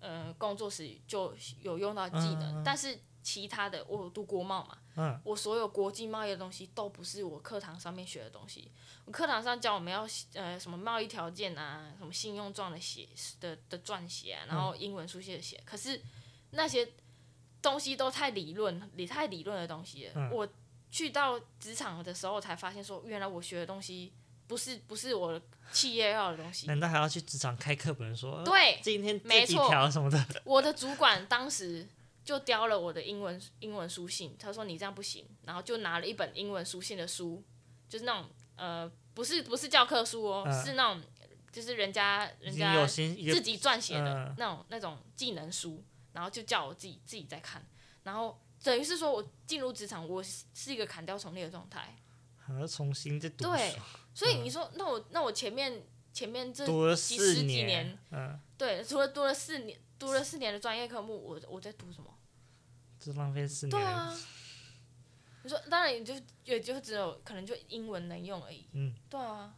Speaker 2: 嗯、呃工作时就有用到技能，
Speaker 1: 嗯嗯嗯
Speaker 2: 但是其他的我有读国贸嘛，
Speaker 1: 嗯
Speaker 2: 我所有国际贸易的东西都不是我课堂上面学的东西。我课堂上教我们要呃什么贸易条件啊，什么信用状的写的的撰写
Speaker 1: 嗯
Speaker 2: 啊，然后英文书写的写，可是那些东西都太理论，理太理论的东西了。
Speaker 1: 嗯
Speaker 2: 我去到职场的时候才发现说，原来我学的东西不是不是我企业要的东西。
Speaker 1: 难道还要去职场开课本说？
Speaker 2: 对，
Speaker 1: 今天
Speaker 2: 没
Speaker 1: 这几
Speaker 2: 错
Speaker 1: 条什么的，
Speaker 2: 我的主管当时就雕了我的英文英文书信，他说你这样不行，然后就拿了一本英文书信的书，就是那种呃，不是不是教科书哦，
Speaker 1: 嗯
Speaker 2: 是那种就是人家
Speaker 1: 已
Speaker 2: 人
Speaker 1: 经
Speaker 2: 家
Speaker 1: 有新一
Speaker 2: 自
Speaker 1: 个
Speaker 2: 己撰写的、
Speaker 1: 嗯
Speaker 2: 那种那种技能书，然后就叫我自己自己在看，然后等于是说我进入职场，我是是一个砍掉重练的状态，
Speaker 1: 好像重新再读
Speaker 2: 对
Speaker 1: 书，
Speaker 2: 所以你说、那我那我前面前面这
Speaker 1: 嗯读了
Speaker 2: 几
Speaker 1: 四
Speaker 2: 十几
Speaker 1: 年
Speaker 2: 年，
Speaker 1: 嗯，
Speaker 2: 对，除了读了四年读了四年的专业科目，我我在读什么？
Speaker 1: 就浪费四年
Speaker 2: 对
Speaker 1: 了。
Speaker 2: 啊，你说当然也就也就只有可能就英文能用而已。
Speaker 1: 嗯，
Speaker 2: 对啊，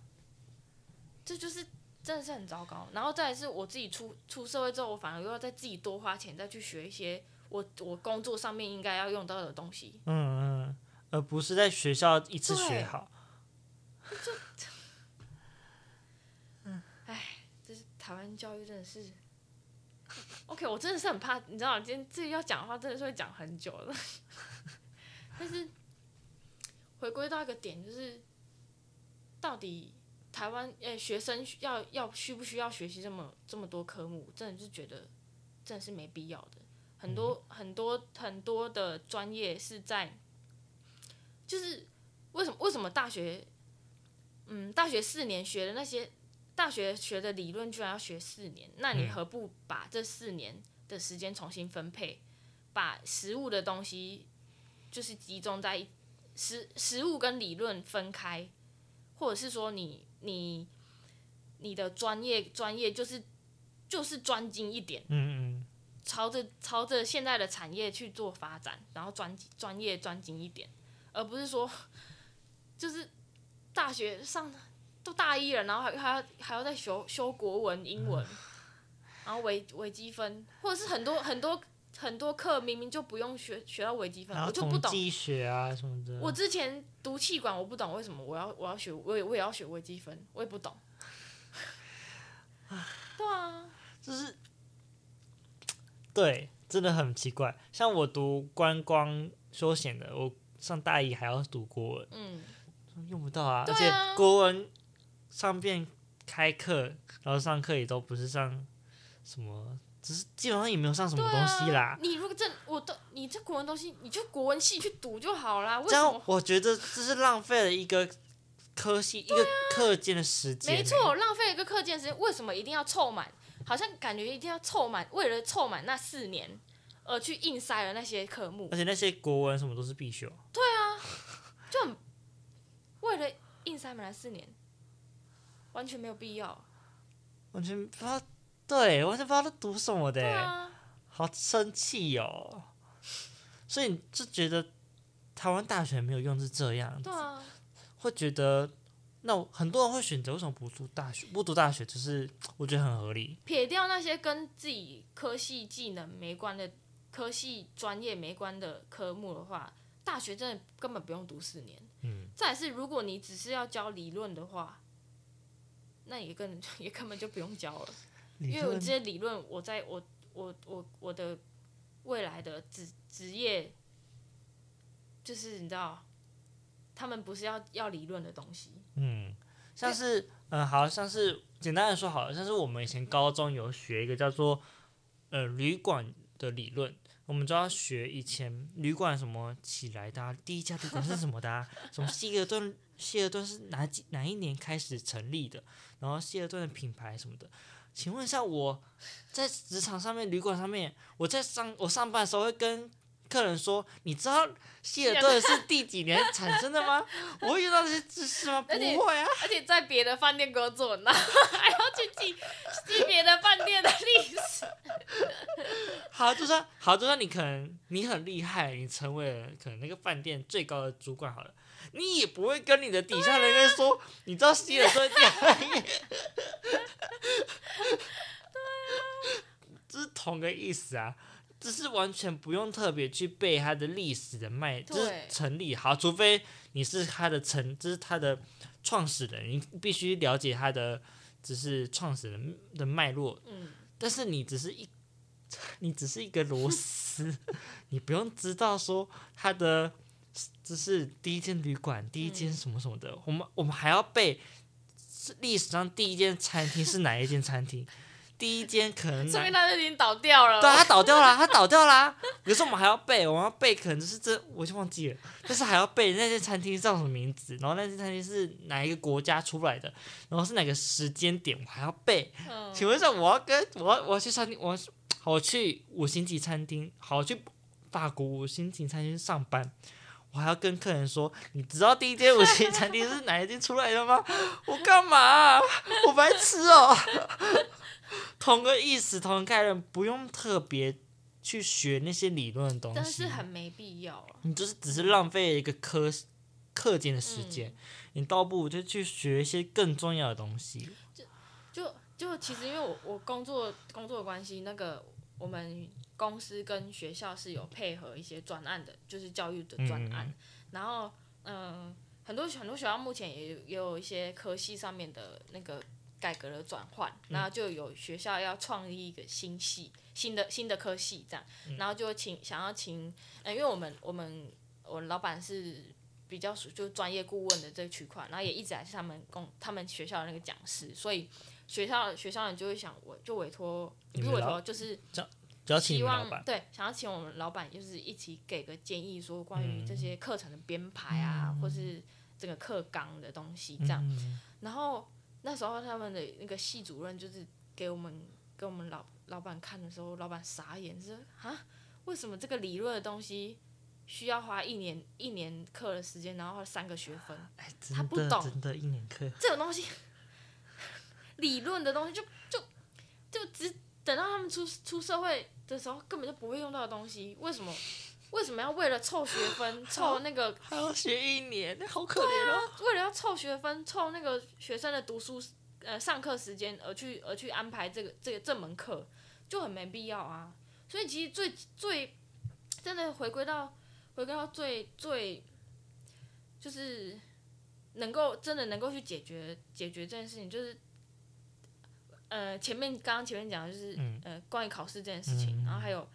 Speaker 2: 这就是真的是很糟糕。然后再来是我自己出出社会之后，我反而又要再自己多花钱再去学一些我我工作上面应该要用到的东西。
Speaker 1: 嗯嗯，而不是在学校一次
Speaker 2: 对
Speaker 1: 学好。
Speaker 2: 就是台湾教育真的是。OK，我真的是很怕，你知道，今天这个要讲的话，真的是会讲很久的。 但是回归到一个点，就是到底台湾诶、学生需要要需不需要学习这么这么多科目，真的是觉得真的是没必要的。很多、很多很多的专业是在，就是为什么为什么大学，嗯，大学四年学的那些大学学的理论居然要学四年，那你
Speaker 1: 嗯
Speaker 2: 何不把这四年的时间重新分配，把实物的东西就是集中在一实实物跟理论分开，或者是说你你你的专业专业就是就是专精一点，
Speaker 1: 嗯嗯
Speaker 2: 朝着朝着现在的产业去做发展，然后专精专业专精一点，而不是说就是大学上都大一了，然后还还要还要再修修国文、英文，然后微微积分，或者是很多很多很多课明明就不用学学到微积
Speaker 1: 嗯，
Speaker 2: 分，
Speaker 1: 然
Speaker 2: 我
Speaker 1: 后
Speaker 2: 就不
Speaker 1: 统
Speaker 2: 懂。
Speaker 1: 计学啊什么的。
Speaker 2: 我之前读气管，我不懂为什么我要我要学，我也我也要学微积分，我也不懂。对啊，
Speaker 1: 就是对，真的很奇怪。像我读观光休闲的，我上大一还要读国文，
Speaker 2: 嗯，
Speaker 1: 用不到啊。而
Speaker 2: 对啊
Speaker 1: 且国文上遍开课，然后上课也都不是上什么，只是基本上也没有上什么东西啦。
Speaker 2: 啊你如果这我都你这国文东西，你就国文系去读就好啦。啊为
Speaker 1: 这
Speaker 2: 什
Speaker 1: 样
Speaker 2: 么？
Speaker 1: 我觉得这是浪费了一个科系、一个课件的时间、
Speaker 2: 啊
Speaker 1: 欸
Speaker 2: 没，错，浪费了一个课件时间，为什么一定要凑满？好像感觉一定要凑满，为了凑满那四年而去硬塞了那些科目
Speaker 1: 而，且那些国文什么都是必修。
Speaker 2: 就很为了硬塞满那四年，完全没有必要。
Speaker 1: 完全不知道，对，完全不知道他读什么的、欸
Speaker 2: 对啊，
Speaker 1: 好生气哦！所以你就觉得台湾大学没有用是这样子
Speaker 2: 对，啊。
Speaker 1: 会觉得那我很多人会选择为什么不读大学？不读大学就是我觉得很合理，
Speaker 2: 撇掉那些跟自己科系技能没关的、科系专业没关的科目的话，大学真的根本不用读四年。
Speaker 1: 嗯，
Speaker 2: 再来是，如果你只是要教理论的话，那也根也根本就不用教了，因为我这些理论，我在我我我我的未来的职职业，就是你知道他们不是要要理论的东西。
Speaker 1: 嗯，像是嗯、呃好像是简单的说好了，像是我们以前高中有学一个叫做呃旅馆的理论，我们就要学以前旅馆什么起来的、啊，第一家旅馆是什么的、啊，什么希尔顿希尔顿是哪几哪一年开始成立的，然后希尔顿的品牌什么的。请问一下，我在职场上面、旅馆上面，我在上我上班的时候会跟客人说，你知道希尔顿是第几年产生的吗？我会遇到这些知识吗？不
Speaker 2: 而且
Speaker 1: 会啊。
Speaker 2: 而且在别的饭店工作，然后 还要去记记别的饭店的历史。
Speaker 1: 好，就算好，就算你可能你很厉害，你成为了可能那个饭店最高的主管好了，你也不会跟你的底下的人说，你知道希尔顿店，对啊， 这是同个意思啊，只是完全不用特别去背它的历史的脉，就是
Speaker 2: 对
Speaker 1: 成立好，除非你是它的成，这是它的创始人，你必须了解它的，只是创始人的脉络，
Speaker 2: 嗯，
Speaker 1: 但是你只是一， 你只是一个螺丝， 你不用知道说它的这是第一间旅馆，第一间什么什么的，我们我们还要背是历史上第一间餐厅是哪一间餐厅， 第一间可能
Speaker 2: 说
Speaker 1: 哪
Speaker 2: 明他就已经倒掉了。
Speaker 1: 对啊，它倒 掉了，它倒掉了。啊有时候我们还要背，我们要背，可能就是这我就忘记了，但是还要背那间餐厅叫什么名字，然后那间餐厅是哪一个国家出来的，然后是哪个时间点，我还要背。
Speaker 2: 嗯
Speaker 1: 请问一下，我要跟我要我要去餐厅，我要好我去五星级餐厅，好我去法国五星级餐厅上班，我还要跟客人说，你知道第一间五星级餐厅是哪一间出来的吗？ 我干嘛啊、我白痴哦、 同个意思，同个概念，不用特别去学那些理论的东西，
Speaker 2: 真是很没必要啊。
Speaker 1: 你就是只是浪费了一个科课间的时间，
Speaker 2: 嗯
Speaker 1: 你倒不如就去学一些更重要的东西。
Speaker 2: 就就其实因为我我工作工作的关系，那个我们公司跟学校是有配合一些专案的，就是教育的专案。
Speaker 1: 嗯
Speaker 2: 然后嗯、呃很多很多学校目前也有也有一些科系上面的那个改革的转换，
Speaker 1: 嗯
Speaker 2: 然后就有学校要创立一个新系新的新的科系这样，
Speaker 1: 嗯
Speaker 2: 然后就请想要请，呃、因为我们我们我老板是比较属就专业顾问的这个区块，然后也一直还是他们公他们学校的那个讲师，所以学校学校人就会想，我就委托，不
Speaker 1: 你
Speaker 2: 是
Speaker 1: 们
Speaker 2: 委
Speaker 1: 老
Speaker 2: 托，就是
Speaker 1: 只要请你
Speaker 2: 希
Speaker 1: 们老
Speaker 2: 望
Speaker 1: 板，
Speaker 2: 对想要请我们老板就是一起给个建议，说关于
Speaker 1: 嗯
Speaker 2: 这些课程的编排啊，或是这个课纲的东西这样。
Speaker 1: 嗯
Speaker 2: 然后那时候他们的那个系主任就是给我们给我们老老板看的时候，老板傻眼，说啊，为什么这个理论的东西需要花一年一年课的时间，然后花三个学分？
Speaker 1: 哎，
Speaker 2: 他
Speaker 1: 真
Speaker 2: 不
Speaker 1: 的
Speaker 2: 懂
Speaker 1: 真的，一年课
Speaker 2: 这种东西，理论的东西就就就只等到他们出出社会的时候，根本就不会用到的东西，为什么？为什么要为了凑学分、凑那个
Speaker 1: 还要学一年，好可怜哦。
Speaker 2: 为了要凑学分、凑那个学生的读书呃上课时间而去而去安排这个这个这门课，就很没必要啊。所以其实最最真的回归到回归到最最就是能够真的能够去解决解决这件事情，就是呃前面刚刚前面讲的就是、
Speaker 1: 嗯
Speaker 2: 呃关于考试这件事情，
Speaker 1: 嗯
Speaker 2: 然后还有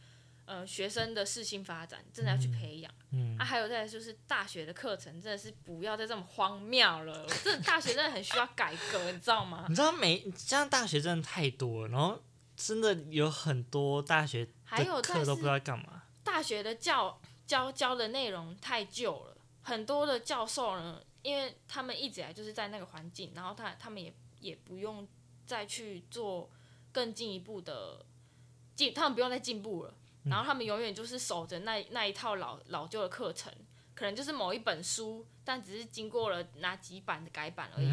Speaker 2: 呃学生的适性发展，真的要去培养。
Speaker 1: 嗯
Speaker 2: 啊，，还有再来就是大学的课程真的是不要再这么荒谬了，这大学真的很需要改革，你知道吗？
Speaker 1: 你知道每 这样大学真的太多了，然后真的有很多大学
Speaker 2: 还有
Speaker 1: 的
Speaker 2: 再
Speaker 1: 课都不知
Speaker 2: 是
Speaker 1: 道干嘛。
Speaker 2: 大学的教教教的内容太旧了，很多的教授呢，因为他们一直以来就是在那个环境，然后他他们也也不用再去做更进一步的进，他们不用再进步了，然后他们永远就是守着那那一套老老旧的课程，可能就是某一本书，但只是经过了哪几版的改版而已，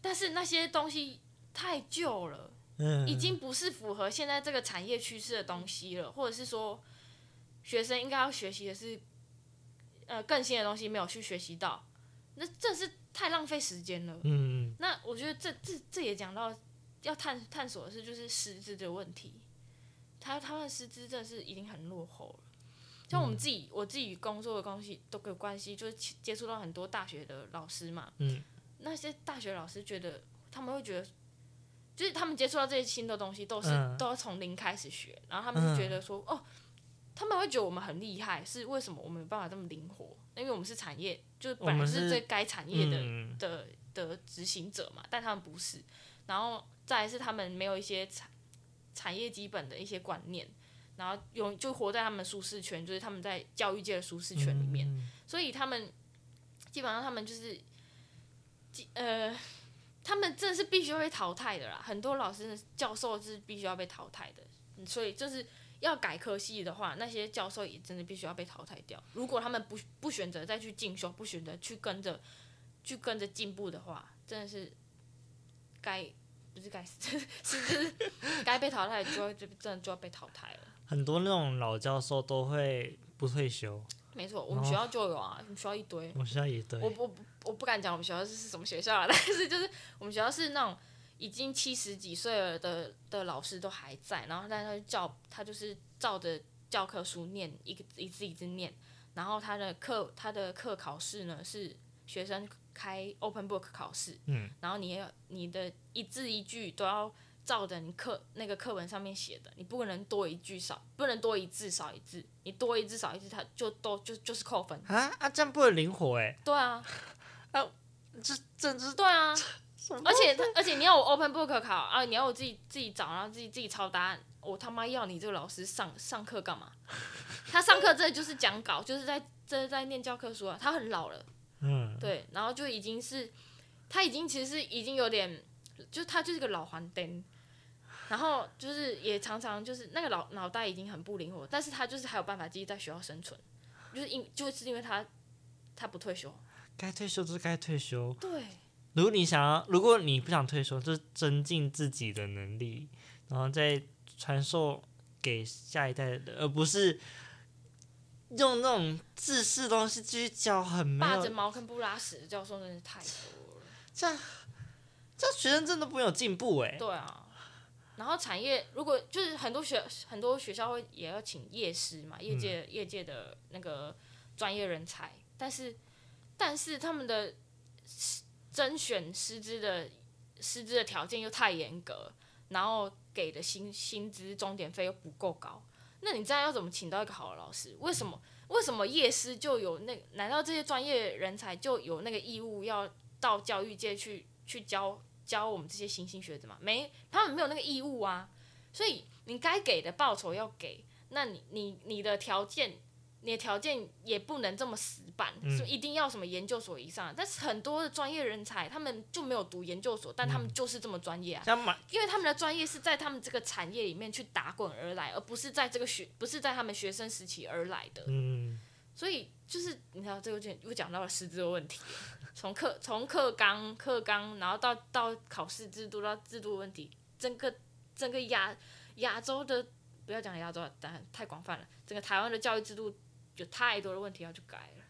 Speaker 2: 但是那些东西太旧了。
Speaker 1: 嗯，
Speaker 2: 已经不是符合现在这个产业趋势的东西了，或者是说，学生应该要学习的是，呃，更新的东西没有去学习到，那这是太浪费时间了。
Speaker 1: 嗯，
Speaker 2: 那我觉得这这这也讲到要探探索的是，就是师资的问题，他他们的师资真的是已经很落后了。像我
Speaker 1: 嗯
Speaker 2: 们自己，我自己工作的关系都有关系，就是接接触到很多大学的老师嘛，
Speaker 1: 嗯，
Speaker 2: 那些大学老师觉得他们会觉得，就是他们接触到这些新的东西都是、
Speaker 1: 嗯
Speaker 2: 都要从零开始学，然后他们就觉得说，哦，他们会觉得我们很厉害，是为什么我们有办法这么灵活？因为我们是产业，就是
Speaker 1: 我
Speaker 2: 本来
Speaker 1: 们
Speaker 2: 是
Speaker 1: 是
Speaker 2: 这该产业的
Speaker 1: 嗯，
Speaker 2: 的的执行者嘛，但他们不是。然后再来是他们没有一些产产业基本的一些观念，然后永就活在他们舒适圈，就是他们在教育界的舒适圈里面，
Speaker 1: 嗯
Speaker 2: 所以他们基本上他们就是，基呃，他们真的是必须要被淘汰的啦。很多老师教授是必须要被淘汰的，嗯所以就是要改科系的话，那些教授也真的必须要被淘汰掉。如果他们不不选择再去进修，不选择去跟着去跟着进步的话，真的是该不是该死， 是就是该被淘汰就会就真的就要被淘汰了。
Speaker 1: 很多那种老教授都会不退休，
Speaker 2: 没错，我们学校就有啊，我们学校一堆。
Speaker 1: 我现在也对
Speaker 2: 我，我不我不敢讲我们学校是是什么学 校了，但是就是我们学校是那种已经七十几岁了的的老师都还在，然后但他就教他就是照着教科书念，一个一字一字念，然后他的课他的课考试呢是学生开 open book 考试，
Speaker 1: 嗯，
Speaker 2: 然后你要你的一字一句都要照着你课那个课文上面写的，你不能多一句少，不能多一字少一字，你多一字少一字，他就都就就是扣分，
Speaker 1: 啊啊，这样不能灵活哎，
Speaker 2: 对啊，
Speaker 1: 这这这
Speaker 2: 对啊，
Speaker 1: 什么
Speaker 2: 而且他，而且你要我 open book 考啊，你要我自己自己找，然后自己自己抄答案，我他妈要你这个老师上上课干嘛？ 他上课真的就是讲稿，就是在真的在念教科书啊，他很老了，
Speaker 1: 嗯，
Speaker 2: 对，然后就已经是他已经其实已经有点，就他就是个老黄灯。然后就是也常常就是那个脑脑袋已经很不灵活，但是他就是还有办法继续在学校生存，就是因就是因为他他不退休，
Speaker 1: 该退休就是该退休。
Speaker 2: 对，
Speaker 1: 如果你想要，如果你不想退休，就是增进自己的能力，然后再传授给下一代的，而不是用那种自私的东西继续教，很没
Speaker 2: 霸着
Speaker 1: 有，
Speaker 2: 茅坑不拉屎的教授真的是太多了。
Speaker 1: 这样这样学生真的没有进步哎、
Speaker 2: 对啊，然后产业如果就是很多学很多学校会也要请业师嘛，业界、业界的那个专业人才，但是但是他们的甄选师资的师资的条件又太严格，然后给的薪薪资钟点费又不够高，那你这样要怎么请到一个好的老师？为什么？为什么业师就有那？难道这些专业人才就有那个义务要到教育界去去教教我们这些新兴学子吗？没，他们没有那个义务啊。所以你该给的报酬要给，那你你你的条件，你的条件也不能这么死板，
Speaker 1: 嗯
Speaker 2: 说、一定要什么研究所以上。但是很多的专业人才，他们就没有读研究所，但他们就是这么专业啊。
Speaker 1: 像马
Speaker 2: 因为他们的专业是在他们这个产业里面去打滚而来，而不是在这个学不是在他们学生时期而来的。
Speaker 1: 嗯，
Speaker 2: 所以就是你知道，这又讲又讲到了师资的问题，从课从课纲课纲，然后到到考试制度到制度问题，整个整个亚亚洲的不要讲亚洲啊，当然太广泛了，整个台湾的教育制度有太多的问题要去改了，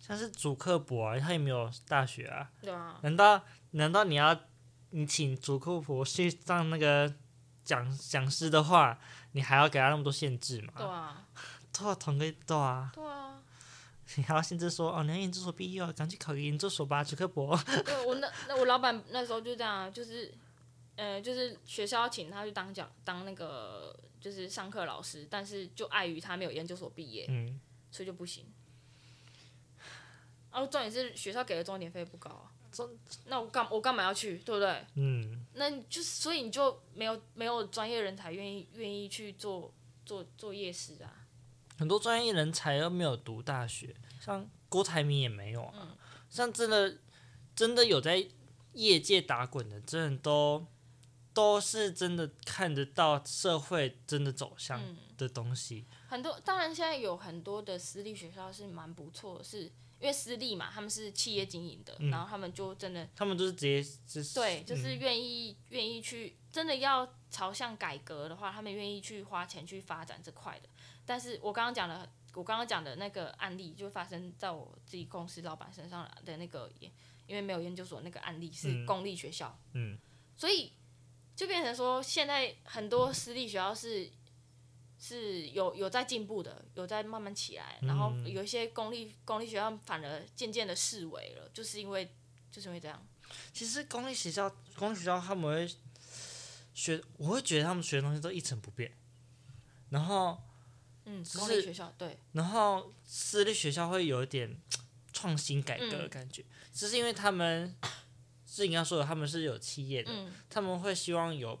Speaker 1: 像是主科博啊，他也没有大学啊，
Speaker 2: 对啊，
Speaker 1: 难道难道你要你请主科博去当那个讲讲师的话，你还要给他那么多限制吗？
Speaker 2: 对啊，
Speaker 1: 对啊，同个对啊。
Speaker 2: 对啊，
Speaker 1: 你还要限制说哦，你要研究所毕业哦，赶紧考个研究所吧，主科博。
Speaker 2: 对我那那我老板那时候就这样啊，就是，呃，就是学校要请他去当讲当那个就是上课老师，但是就碍于他没有研究所毕业，
Speaker 1: 嗯，
Speaker 2: 所以就不行。哦，重点是学校给的钟点费不高啊，那我干我干嘛要去，对不对？
Speaker 1: 嗯，
Speaker 2: 那你就是所以你就没有没有专业人才愿意愿意去做做做夜市啊，
Speaker 1: 很多专业人才都没有读大学，像郭台铭也没有啊。
Speaker 2: 嗯
Speaker 1: 像真的真的有在业界打滚的，真的都都是真的看得到社会真的走向
Speaker 2: 嗯
Speaker 1: 的东西。
Speaker 2: 很多，当然现在有很多的私立学校是蛮不错的，是因为私立嘛，他们是企业经营的，
Speaker 1: 嗯
Speaker 2: 然后他们就真的
Speaker 1: 他们就是直接就是
Speaker 2: 对，就是
Speaker 1: 嗯
Speaker 2: 愿意愿意去真的要朝向改革的话，他们愿意去花钱去发展这块的。但是我刚刚讲的，我刚刚讲的那个案例，就发生在我自己公司老板身上的那个，也因为没有研究所那个案例是
Speaker 1: 嗯
Speaker 2: 公立学校，
Speaker 1: 嗯
Speaker 2: 所以就变成说，现在很多私立学校是是有有在进步的，有在慢慢起来，然后
Speaker 1: 嗯
Speaker 2: 有一些公立公立学校反而渐渐的式微了，就是因为就是因为这样。
Speaker 1: 其实公立学校，公立学校他们会学，我会觉得他们学的东西都一成不变，然后
Speaker 2: 嗯，
Speaker 1: 只
Speaker 2: 公
Speaker 1: 是
Speaker 2: 立学校对，
Speaker 1: 然后私立学校会有一点创新改
Speaker 2: 嗯
Speaker 1: 革的感觉，只是因为他们是你刚说的，他们是有企业的，
Speaker 2: 嗯
Speaker 1: 他们会希望有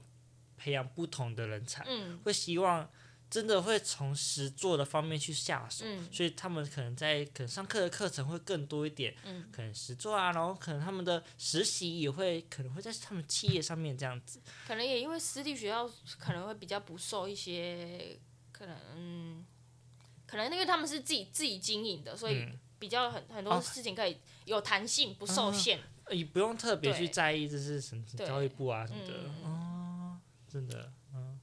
Speaker 1: 培养不同的人才，
Speaker 2: 嗯
Speaker 1: 会希望真的会从实做的方面去下手，
Speaker 2: 嗯
Speaker 1: 所以他们可能在可能上课的课程会更多一点，
Speaker 2: 嗯
Speaker 1: 可能实做啊，然后可能他们的实习也会可能会在他们企业上面这样子，
Speaker 2: 可能也因为私立学校可能会比较不受一些可能，嗯，可能因为他们是自己自己经营的，所以
Speaker 1: 嗯，
Speaker 2: 比较很很
Speaker 1: 哦
Speaker 2: 多事情可以有弹性，不受
Speaker 1: 嗯
Speaker 2: 限。
Speaker 1: 也不用特别去
Speaker 2: 对
Speaker 1: 在意这是什么
Speaker 2: 对
Speaker 1: 教育部啊什么的，
Speaker 2: 嗯
Speaker 1: 哦，真的，嗯。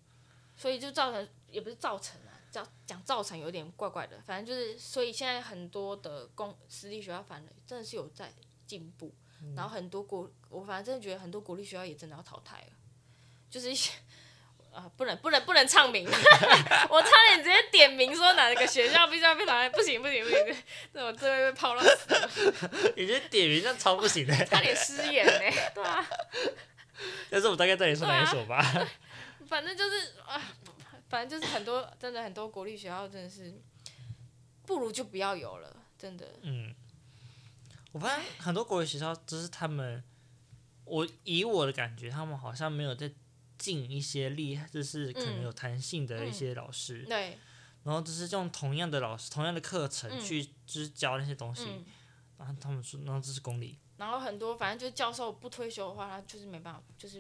Speaker 2: 所以就造成也不是造成啊，叫讲造成有点怪怪的，反正就是，所以现在很多的公私立学校反而真的是有在进步，然后很多国，我反正真的觉得很多国立学校也真的要淘汰了，就是一些。啊、不能不能不能唱名， 我差点直接点名说哪个学校必须要被淘汰，不行不行不行，那我真的被泡到死，
Speaker 1: 你这点名这样超不行的、
Speaker 2: 差点失言呢、 对啊，
Speaker 1: 但是我大概知道你说哪一首吧。
Speaker 2: 反正就是啊，反正就是很多，真的很多国立学校真的是，不如就不要有了，真的。
Speaker 1: 嗯，我发现很多国语学校，就是他们，我以我的感觉，他们好像没有在进一些厉害，就是可能
Speaker 2: 嗯
Speaker 1: 有弹性的一些老师，
Speaker 2: 对，
Speaker 1: 然后就是用同样的老师、同样的课程
Speaker 2: 嗯
Speaker 1: 去就是教那些东西，
Speaker 2: 嗯，
Speaker 1: 然后他们说，然后这是公立，
Speaker 2: 然后很多反正就是教授不退休的话，他就是没办法，就是、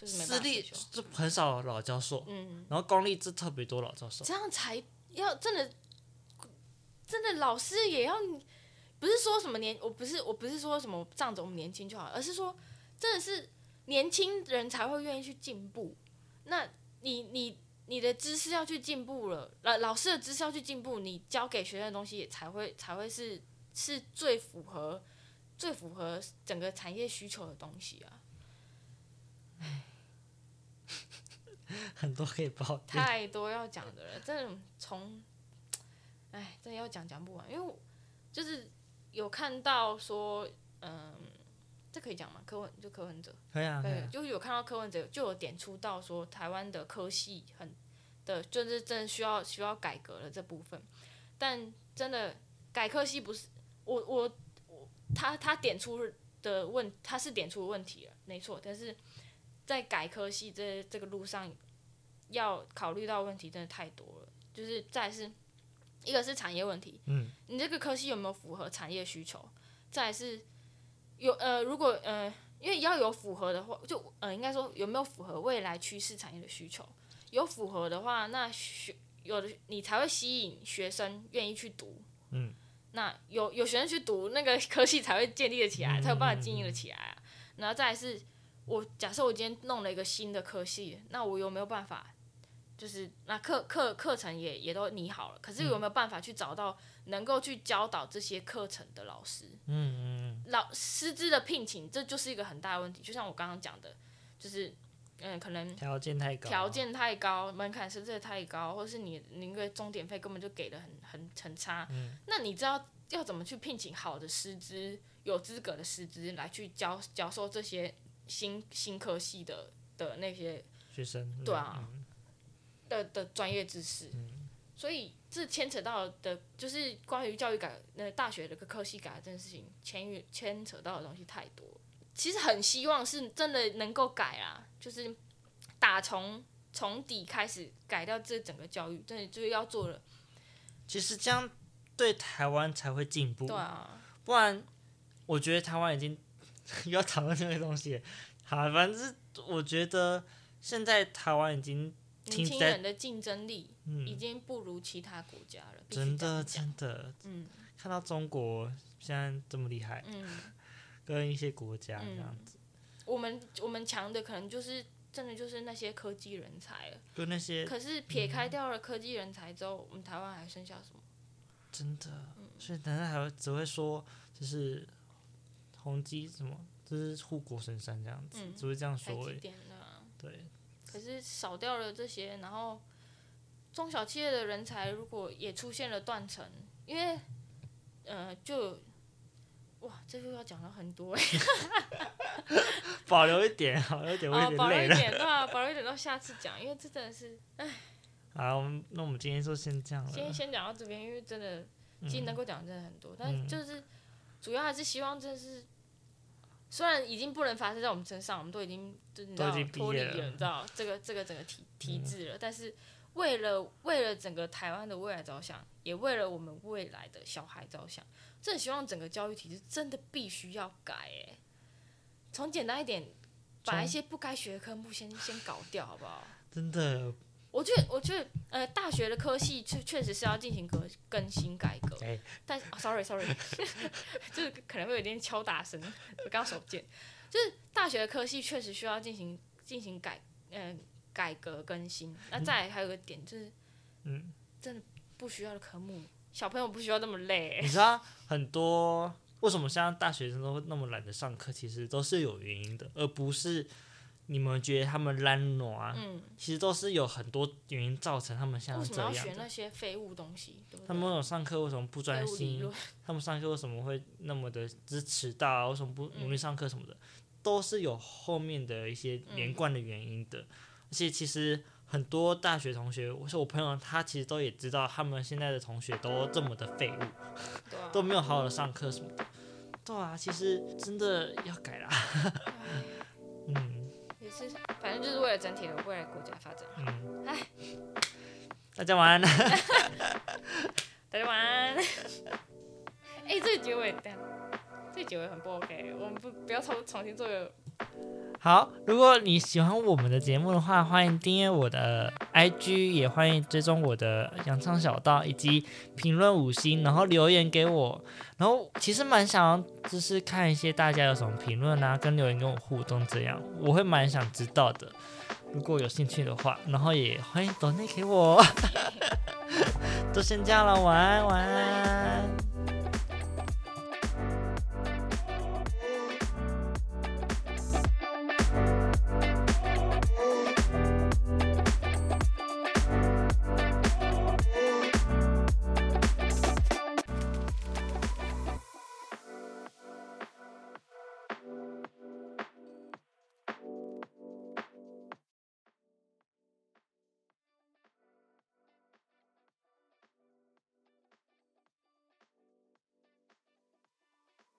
Speaker 2: 就是没办
Speaker 1: 啊私
Speaker 2: 法
Speaker 1: 立
Speaker 2: 退休。
Speaker 1: 就很少老教授，
Speaker 2: 嗯，
Speaker 1: 然后公立就特别多老教 授。
Speaker 2: 这样才要真的，真的老师也要，不是说什么年，我不是我不是说什么仗着我们年轻就好，而是说真的是年轻人才会愿意去进步。那你你你的知识要去进步了，老老师的知识要去进步，你教给学生的东西也才会才会是是最符合最符合整个产业需求的东西啊！
Speaker 1: 很多可以抱怨，
Speaker 2: 太多要讲的了，真的从，哎，真的要讲讲不完，因为我就是有看到说，嗯，这可以讲吗？柯文就柯文哲，
Speaker 1: 可以啊，可以
Speaker 2: 对
Speaker 1: 啊，，
Speaker 2: 就是有看到柯文哲就有点出到说台湾的科系很的，就是真的需要需要改革了这部分，但真的改科系不是我我我他他点出的问他是点出问题了，没错，但是在改科系这这个路上要考虑到问题真的太多了，就是再来是一个是产业问题，
Speaker 1: 嗯，
Speaker 2: 你这个科系有没有符合产业需求？再来是有呃，如果呃，因为要有符合的话，就呃，应该说有没有符合未来趋势产业的需求？有符合的话，那学有的你才会吸引学生愿意去读。
Speaker 1: 嗯，
Speaker 2: 那有有学生去读那个科系才会建立的起来，
Speaker 1: 嗯
Speaker 2: 才有办法经营的起来啊。然后再来是，我假设我今天弄了一个新的科系，那我有没有办法？就是那课课课程也也都拟好了，可是有没有办法去找到能够去教导这些课程的老师？
Speaker 1: 嗯嗯
Speaker 2: 老师资的聘请，这就是一个很大的问题。就像我刚刚讲的，就是嗯，可能
Speaker 1: 嗯，条件太高，
Speaker 2: 条，件太高，门槛设置的太高，或是你你那个钟点费根本就给的很很很差。
Speaker 1: 嗯
Speaker 2: 那你知道要怎么去聘请好的师资、有资格的师资来去教教授这些新新科系的的那些
Speaker 1: 学生，嗯
Speaker 2: 对啊
Speaker 1: 嗯
Speaker 2: 的的专业知识。所以这牵扯到的，就是关于教育改那大学的个科系改革这件事情，牵于牵扯到的东西太多。其实很希望是真的能够改啊，就是打从从底开始改掉这整个教育，真的就是要做了。
Speaker 1: 其实这样对台湾才会进步，
Speaker 2: 对啊，
Speaker 1: 不然我觉得台湾已经 又要讨论这个东西了。好，反正是我觉得现在台湾已经听
Speaker 2: 年轻
Speaker 1: 在
Speaker 2: 人的竞争力已
Speaker 1: 嗯，
Speaker 2: 经不如其他国家了。必须
Speaker 1: 真
Speaker 2: 这
Speaker 1: 的
Speaker 2: 样
Speaker 1: 真
Speaker 2: 讲，
Speaker 1: 的
Speaker 2: 嗯
Speaker 1: 看到中国现在这么厉害，
Speaker 2: 嗯。
Speaker 1: 跟一些国家这样子，
Speaker 2: 我们我们强的可能就是真的就是那些科技人才了，
Speaker 1: 跟那些
Speaker 2: 可是撇开掉了科技人才之后，我们台湾还剩下什么？
Speaker 1: 真的，
Speaker 2: 嗯
Speaker 1: 所以难道还会只会说就是宏基什么，就是护国神山这样子，
Speaker 2: 嗯
Speaker 1: 只会这样
Speaker 2: 台
Speaker 1: 说而
Speaker 2: 积
Speaker 1: 已。
Speaker 2: 电啊，
Speaker 1: 对，
Speaker 2: 可是少掉了这些，然后中小企业的人才如果也出现了断层，因为呃就哇，这又要讲了很多哎、
Speaker 1: 保 留一点，好，有点我有
Speaker 2: 啊，
Speaker 1: 点
Speaker 2: 保留
Speaker 1: 累
Speaker 2: 一
Speaker 1: 了。
Speaker 2: 点，对啊，保留一点到下次讲，因为这真的是
Speaker 1: 好，我们那我们今天就先这样了。
Speaker 2: 先先讲到这边，因为真的
Speaker 1: 嗯
Speaker 2: 其实能够讲的真的很多，但
Speaker 1: 嗯
Speaker 2: 是就是主要还是希望，真的是虽然已经不能发生在我们身上，我们都已经就你知
Speaker 1: 都已
Speaker 2: 道
Speaker 1: 经毕业
Speaker 2: 脱离
Speaker 1: 了嗯
Speaker 2: 了，你知道这个这个整个体体制了，但是为了为了整个台湾的未来着想，也为了我们未来的小孩着想，真的希望整个教育体制真的必须要改、欸，从简单一点，把
Speaker 1: 从
Speaker 2: 一些不该学的科目先先搞掉，好不好？
Speaker 1: 真 的，
Speaker 2: 我觉得，我觉得，呃，大学的科系确确实是要进行革更新改革，
Speaker 1: 哎
Speaker 2: 但是、哦、，sorry，sorry，就是可能会有点敲打声，我刚刚手贱，就是大学的科系确实需要进行进行改，嗯、改革更新。那再来还有个点就是，
Speaker 1: 嗯，
Speaker 2: 真的不需要的科目，小朋友不需要那么累、
Speaker 1: 你知道很多为什么现在大学生都会那么懒得上课，其实都是有原因的，而不是你们觉得他们懒惰啊，
Speaker 2: 嗯，
Speaker 1: 其实都是有很多原因造成他们现在
Speaker 2: 为什么要
Speaker 1: 啊这
Speaker 2: 学
Speaker 1: 样的。
Speaker 2: 那些废物东西？对不
Speaker 1: 他
Speaker 2: 对？
Speaker 1: 们为什么上课为什么不
Speaker 2: 废
Speaker 1: 专
Speaker 2: 物理
Speaker 1: 心？
Speaker 2: 论，
Speaker 1: 他们上课为什么会那么的支持到啊？为什么不
Speaker 2: 嗯
Speaker 1: 努力上课什么的，都是有后面的一些连贯的原因的。而且其实很多大学同学，我说我朋友他其实都也知道，他们现在的同学都这么的废物，
Speaker 2: 对啊
Speaker 1: 都没有好好的上课什么的。对啊，其实真的要改啦。
Speaker 2: 哎
Speaker 1: 嗯
Speaker 2: 也是，反正就是为了整体的未来国家发展。
Speaker 1: 嗯
Speaker 2: 唉。
Speaker 1: 大家晚安。
Speaker 2: 大家晚安。 哎、这个结尾这样，这个结尾很不 OK，我们不不要重重新做个。
Speaker 1: 好，如果你喜欢我们的节目的话，欢迎订阅我的 IG，也欢迎追踪我的洋唱小道，以及评论五星，然后留言给我。然后其实蛮想要就是看一些大家有什么评论啊，跟留言跟我互动这样，我会蛮想知道的。如果有兴趣的话，然后也 欢迎抖内给我。就先这样了，晚安，晚安。